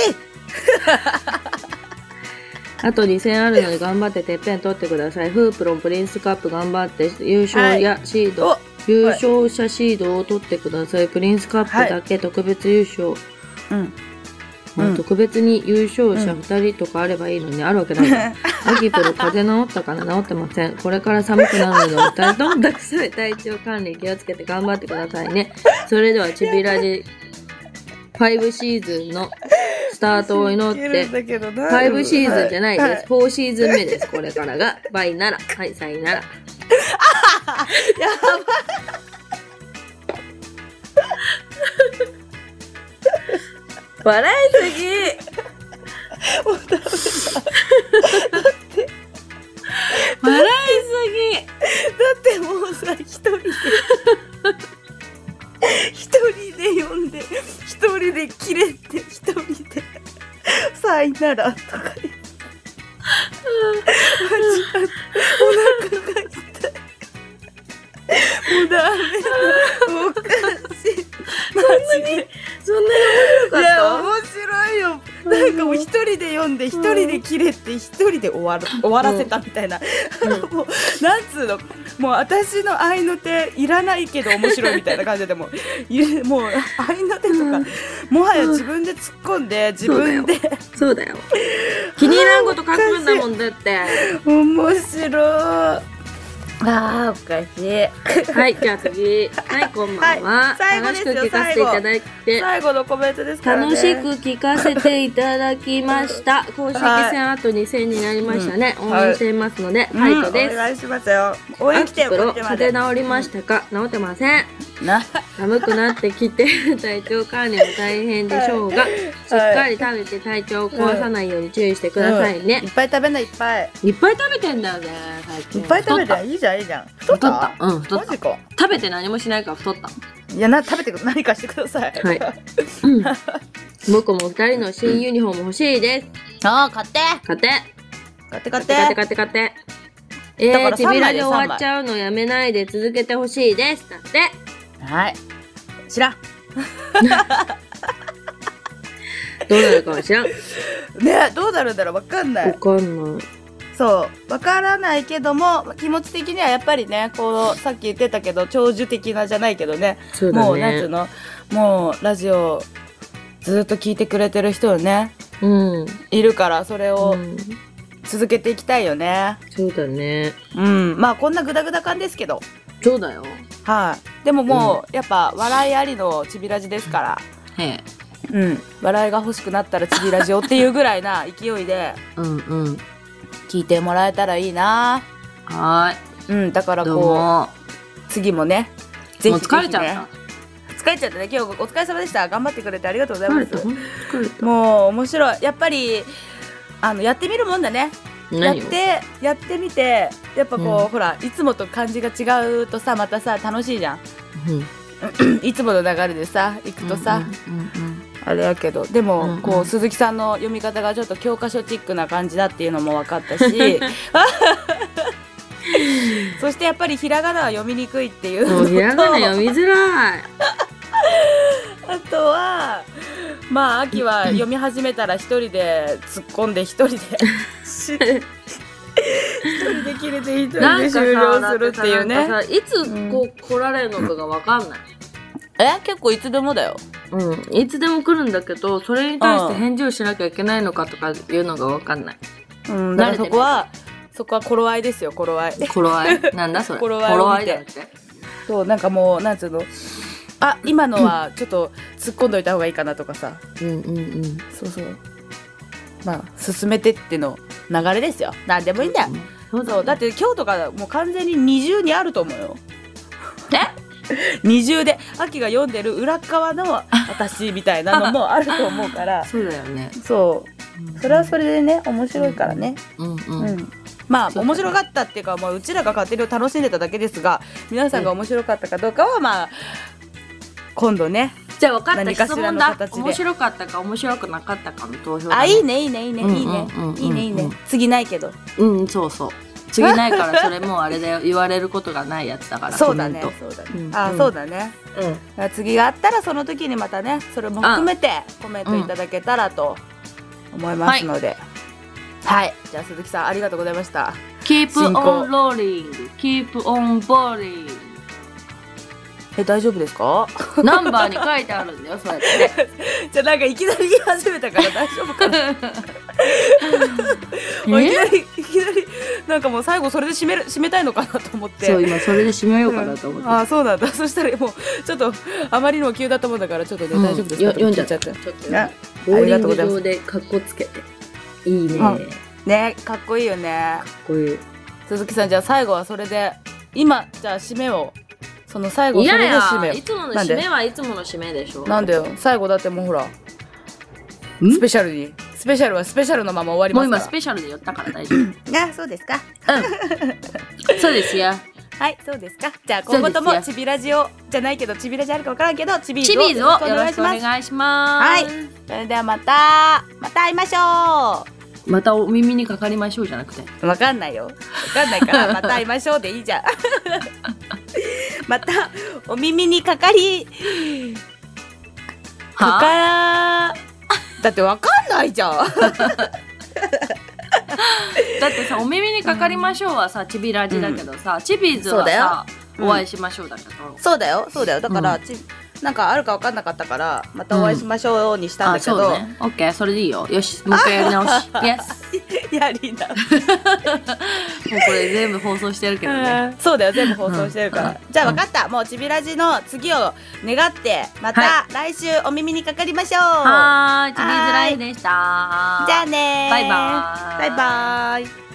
[SPEAKER 3] あと2戦あるので頑張っててっぺん取ってくださいフープロンプリンスカップ頑張って優勝やシード、
[SPEAKER 2] お
[SPEAKER 3] 優勝者シードを取ってくださいプリンスカップだけ特別優勝、
[SPEAKER 2] うん。
[SPEAKER 3] ま
[SPEAKER 2] う
[SPEAKER 3] あ、
[SPEAKER 2] ん
[SPEAKER 3] 特別に優勝者2人とかあればいいのに、あるわけな
[SPEAKER 2] *laughs*
[SPEAKER 3] いから秋プロ風邪治ったかな治ってませんこれから寒くなるのでお二人ともたくさん体調管理気をつけて頑張ってくださいねそれではちび
[SPEAKER 2] *laughs*
[SPEAKER 3] ラジ5シーズンのスタートを祈って5シーズンじゃないです、4シーズン目ですこれからがバイならはいさいなら
[SPEAKER 2] す。やば
[SPEAKER 3] 笑いすぎ笑いすぎ
[SPEAKER 2] だってもうさ一人で一人で読んで一人で切れて一人で「さいなら」とか言って間違ったお腹が痛いもうダメだおかしいマジで
[SPEAKER 3] そんなに面白か
[SPEAKER 2] い
[SPEAKER 3] った
[SPEAKER 2] や面白いよなんかもう一人で読んで一人で切れて一人で終わる終わらせたみたいな、*laughs*
[SPEAKER 3] う
[SPEAKER 2] もうなんつうのもう私の愛の手いらないけど面白いみたいな感じでもういもう愛の手とか、
[SPEAKER 3] うん
[SPEAKER 2] もはや自分で突っ込んで自分で
[SPEAKER 3] そうだよ。気に入らんこと書くんだもんだって。
[SPEAKER 2] 面白いあーおかしい
[SPEAKER 3] はい、じゃあ次。はい、こんばんは。
[SPEAKER 2] はい最後で
[SPEAKER 3] 楽
[SPEAKER 2] す
[SPEAKER 3] し
[SPEAKER 2] よ
[SPEAKER 3] く聞かせていただいて。
[SPEAKER 2] 最後のコメントですから、ね、
[SPEAKER 3] 楽しく聞かせていただきました。公式戦あと2戦になりましたね。
[SPEAKER 2] うん
[SPEAKER 3] 応援していますので、フ
[SPEAKER 2] は
[SPEAKER 3] ァ
[SPEAKER 2] い、
[SPEAKER 3] イトで
[SPEAKER 2] お
[SPEAKER 3] す。
[SPEAKER 2] 願いしますよ応援
[SPEAKER 3] ア
[SPEAKER 2] 来
[SPEAKER 3] キ
[SPEAKER 2] てよ
[SPEAKER 3] プ
[SPEAKER 2] こ
[SPEAKER 3] ロ
[SPEAKER 2] っちま
[SPEAKER 3] 風
[SPEAKER 2] で
[SPEAKER 3] 邪治りましたか治ってません
[SPEAKER 2] な
[SPEAKER 3] 寒くなってきて体調管理も大変でしょうが、しっかり食べて体調を壊さないように注意してくださいね
[SPEAKER 2] うんい、っぱい食べないいっぱい
[SPEAKER 3] いっぱい食べてんだよね最
[SPEAKER 2] い
[SPEAKER 3] 近
[SPEAKER 2] っぱい食べ
[SPEAKER 3] 太った
[SPEAKER 2] いいじゃんいいじゃん太
[SPEAKER 3] 太
[SPEAKER 2] っ
[SPEAKER 3] ったたうん太っ
[SPEAKER 2] マ
[SPEAKER 3] た
[SPEAKER 2] ジか
[SPEAKER 3] 食べて何もしないから太った
[SPEAKER 2] いやな食べてく何かしてください
[SPEAKER 3] はい
[SPEAKER 2] *laughs*
[SPEAKER 3] うん僕も二人の新ユニフォーム欲しいです
[SPEAKER 2] あー買って
[SPEAKER 3] 勝て
[SPEAKER 2] 買って買
[SPEAKER 3] 勝
[SPEAKER 2] って
[SPEAKER 3] 勝
[SPEAKER 2] て
[SPEAKER 3] て勝て勝てえ
[SPEAKER 2] だから
[SPEAKER 3] ー、ちびらで
[SPEAKER 2] 三枚
[SPEAKER 3] 終わっちゃうのやめないで続けてほしいですだって
[SPEAKER 2] はい知らん
[SPEAKER 3] どうなるかは
[SPEAKER 2] *laughs*
[SPEAKER 3] 知らんわ
[SPEAKER 2] ねどうなるんだろうわかんない
[SPEAKER 3] かんない
[SPEAKER 2] そうわからないけども気持ち的にはやっぱりねこうさっき言ってたけど長寿的なじゃないけどね
[SPEAKER 3] そうだね
[SPEAKER 2] もうなんつうのもうラジオずっと聞いてくれてる人よね
[SPEAKER 3] うん、
[SPEAKER 2] いるからそれ
[SPEAKER 3] う
[SPEAKER 2] を
[SPEAKER 3] ん、
[SPEAKER 2] 続けていきたいよね
[SPEAKER 3] そうだね
[SPEAKER 2] うん、まあこんなグダグダ感ですけど
[SPEAKER 3] そうだよ
[SPEAKER 2] はいでももう、やっぱ笑いありのちびラジですから
[SPEAKER 3] へえ
[SPEAKER 2] うん、笑いが欲しくなったらちびラジオっていうぐらいな勢いで
[SPEAKER 3] うんうん
[SPEAKER 2] 聞いてもらえたらいいな
[SPEAKER 3] は
[SPEAKER 2] うんだから
[SPEAKER 3] ーいどう
[SPEAKER 2] こ
[SPEAKER 3] も
[SPEAKER 2] う次もねぜひ
[SPEAKER 3] もう疲れちゃっ
[SPEAKER 2] ぜひね疲れちゃったね今日お疲れ様でした頑張ってくれてありがとうござ
[SPEAKER 3] た
[SPEAKER 2] い
[SPEAKER 3] 疲
[SPEAKER 2] ま
[SPEAKER 3] れた
[SPEAKER 2] す
[SPEAKER 3] ほんと疲れた
[SPEAKER 2] もう面白いやっぱりあのやってみるもんだねやっ
[SPEAKER 3] 何を
[SPEAKER 2] てやってみてやっぱこう、
[SPEAKER 3] うん
[SPEAKER 2] ほらいつもと感じが違うとさまたさ楽しいじ
[SPEAKER 3] *clears throat*
[SPEAKER 2] ゃん
[SPEAKER 3] うん
[SPEAKER 2] いつもの流れでさ行くとさ、
[SPEAKER 3] うんうんうん
[SPEAKER 2] あれやけどでも、
[SPEAKER 3] うんうん
[SPEAKER 2] こう鈴木さんの読み方がちょっと教科書チックな感じだっていうのも分かった
[SPEAKER 3] *laughs*
[SPEAKER 2] しそしてやっぱりひらがなは読みにくいっていう
[SPEAKER 3] もうひらがな
[SPEAKER 2] のと
[SPEAKER 3] 読みづらい。
[SPEAKER 2] あとはまあ秋は読み始めたら一人で突っ込んで一人でし一人で切れて一人で終了するっていう
[SPEAKER 3] なん
[SPEAKER 2] ね
[SPEAKER 3] かさいつこう来られるのかがわかんない。
[SPEAKER 2] え結構いつでもだよ
[SPEAKER 3] うん、いつでも来るんだけどそれに対して返事をしなきゃいけないのかとかいうのがわかんない
[SPEAKER 2] うん
[SPEAKER 3] だ
[SPEAKER 2] だ
[SPEAKER 3] か
[SPEAKER 2] かららそ
[SPEAKER 3] そこ
[SPEAKER 2] こ
[SPEAKER 3] は
[SPEAKER 2] はそこは頃合いですよ頃合い
[SPEAKER 3] 頃合いなんだそ *laughs* れ
[SPEAKER 2] 頃合いを見て
[SPEAKER 3] じゃなくて
[SPEAKER 2] そうなんかもうなんつうのあ今のはちょっと突っ込んどいた方がいいかなとかさ
[SPEAKER 3] うんうんうん
[SPEAKER 2] そうそうまあ進めてっての流れですよ何でもいいんだよ
[SPEAKER 3] そう
[SPEAKER 2] そうだ
[SPEAKER 3] だ
[SPEAKER 2] っ、て今日とかもう完全に二重にあると思うよえ *laughs* 二重で秋が読んでる裏側の私みたいなのもあると思う *laughs* から
[SPEAKER 3] そうだよね
[SPEAKER 2] そうそれはそれでね面白いからね
[SPEAKER 3] うんう、
[SPEAKER 2] うんんまあ、
[SPEAKER 3] そうだね
[SPEAKER 2] 面白かったっていうか、まあ、うちらが勝手に楽しんでただけですが皆さんが面白かったかどうかは、まあ今度ね
[SPEAKER 3] じゃあ分かった
[SPEAKER 2] 何かし
[SPEAKER 3] 質
[SPEAKER 2] ら
[SPEAKER 3] 問
[SPEAKER 2] の
[SPEAKER 3] だ
[SPEAKER 2] 形で
[SPEAKER 3] 面白かったか面白くなかったかの投票だね
[SPEAKER 2] あいいねいいねいいねい
[SPEAKER 3] うんうん
[SPEAKER 2] いね
[SPEAKER 3] うんうん
[SPEAKER 2] いいねいい
[SPEAKER 3] うん
[SPEAKER 2] ね次ないけど
[SPEAKER 3] *laughs* うんそうそう次ないからそれもうあれだよ言われることがないやつだから
[SPEAKER 2] そうだね
[SPEAKER 3] コメ
[SPEAKER 2] そうだ
[SPEAKER 3] う
[SPEAKER 2] ね
[SPEAKER 3] ん
[SPEAKER 2] あ
[SPEAKER 3] うん
[SPEAKER 2] そうだね
[SPEAKER 3] ントうん
[SPEAKER 2] だから次があったらその時にまたねそれも含めてコメントいただけたらと思いますので、はい、じゃあ鈴木さんありがとうございました
[SPEAKER 3] Keep
[SPEAKER 2] 進行
[SPEAKER 3] on rolling Keep on bowling
[SPEAKER 2] え大丈夫ですか
[SPEAKER 3] ナンバーに書いてあるんだよそれって
[SPEAKER 2] *laughs* じゃあなんかいきなり言い始めたから大丈夫かなもう *laughs* いきなりいきなりなんかもう最後それで締める締めたいのかなと思って
[SPEAKER 3] そう今それで締めようかなと思って
[SPEAKER 2] あそうなんだそしたらもうちょっとあまりにも急だったもんだからちょっとね、
[SPEAKER 3] うん
[SPEAKER 2] 大丈夫です
[SPEAKER 3] よ
[SPEAKER 2] かと思
[SPEAKER 3] 読んじゃった
[SPEAKER 2] 聞い
[SPEAKER 3] ちょっと
[SPEAKER 2] な
[SPEAKER 3] ねボー
[SPEAKER 2] あり
[SPEAKER 3] リ
[SPEAKER 2] が
[SPEAKER 3] ン
[SPEAKER 2] とうご
[SPEAKER 3] グ
[SPEAKER 2] ざいます
[SPEAKER 3] 場でカッコつけていいね
[SPEAKER 2] うん
[SPEAKER 3] かっ
[SPEAKER 2] ねかっこいいよね
[SPEAKER 3] こいい
[SPEAKER 2] 鈴木さんじゃあ最後はそれで今じゃあ締めをその最後
[SPEAKER 3] い
[SPEAKER 2] それ
[SPEAKER 3] や
[SPEAKER 2] で
[SPEAKER 3] い
[SPEAKER 2] 締め
[SPEAKER 3] や
[SPEAKER 2] よう
[SPEAKER 3] いつもの
[SPEAKER 2] なんで
[SPEAKER 3] 締めはいつもの締めでしょ
[SPEAKER 2] なんだよ最後だってもうほら
[SPEAKER 3] ん
[SPEAKER 2] スペシャルにスペシャルはスペシャルのまま終
[SPEAKER 3] も
[SPEAKER 2] わ
[SPEAKER 3] う
[SPEAKER 2] ります
[SPEAKER 3] 今ス
[SPEAKER 2] か
[SPEAKER 3] ペシャルで寄ったから大丈
[SPEAKER 2] *laughs* らあそうですか
[SPEAKER 3] 夫そうですよ
[SPEAKER 2] はいそうですかじゃあ
[SPEAKER 3] そうで
[SPEAKER 2] 今
[SPEAKER 3] すよ
[SPEAKER 2] 後ともチビラジオじゃないけどチビラジあるか分からんけどチビ
[SPEAKER 3] チビーズ
[SPEAKER 2] よろしく
[SPEAKER 3] を
[SPEAKER 2] お
[SPEAKER 3] よろ
[SPEAKER 2] 願
[SPEAKER 3] し
[SPEAKER 2] い
[SPEAKER 3] く
[SPEAKER 2] し
[SPEAKER 3] お
[SPEAKER 2] ます
[SPEAKER 3] 願いします
[SPEAKER 2] はそれではまたまた会いましょ
[SPEAKER 3] またお耳にかかりましょうじゃなくて
[SPEAKER 2] う分かんないよ分かんない *laughs* からまた会いましょうでいいじゃん *laughs* またお耳にかかりか
[SPEAKER 3] は
[SPEAKER 2] かだって分かんないじゃん
[SPEAKER 3] だってさお耳にかかりましょうはさチビラジだけどさ、チビーズ
[SPEAKER 2] そう
[SPEAKER 3] は
[SPEAKER 2] だよ
[SPEAKER 3] さ、
[SPEAKER 2] うん
[SPEAKER 3] お会いしましょうだけど
[SPEAKER 2] *laughs* そうだよそうだよだから、
[SPEAKER 3] う
[SPEAKER 2] ちなんかあるか分かんなかったからまたお会いしましょうにしたん
[SPEAKER 3] あ
[SPEAKER 2] だけど、
[SPEAKER 3] そうねオッケーそれでいいよよしもう一回やり直し Yes
[SPEAKER 2] *laughs* やりな、
[SPEAKER 3] もうこれ全部放送してるけどね
[SPEAKER 2] そうだよ全部放送してるから、じゃあ
[SPEAKER 3] うん
[SPEAKER 2] 分かった、もうちびラジの次を願ってまた
[SPEAKER 3] は
[SPEAKER 2] 来週お耳にかかりましょう、
[SPEAKER 3] はーいチビーズライフでした
[SPEAKER 2] じゃあねー
[SPEAKER 3] バイバーイ
[SPEAKER 2] バイバーイ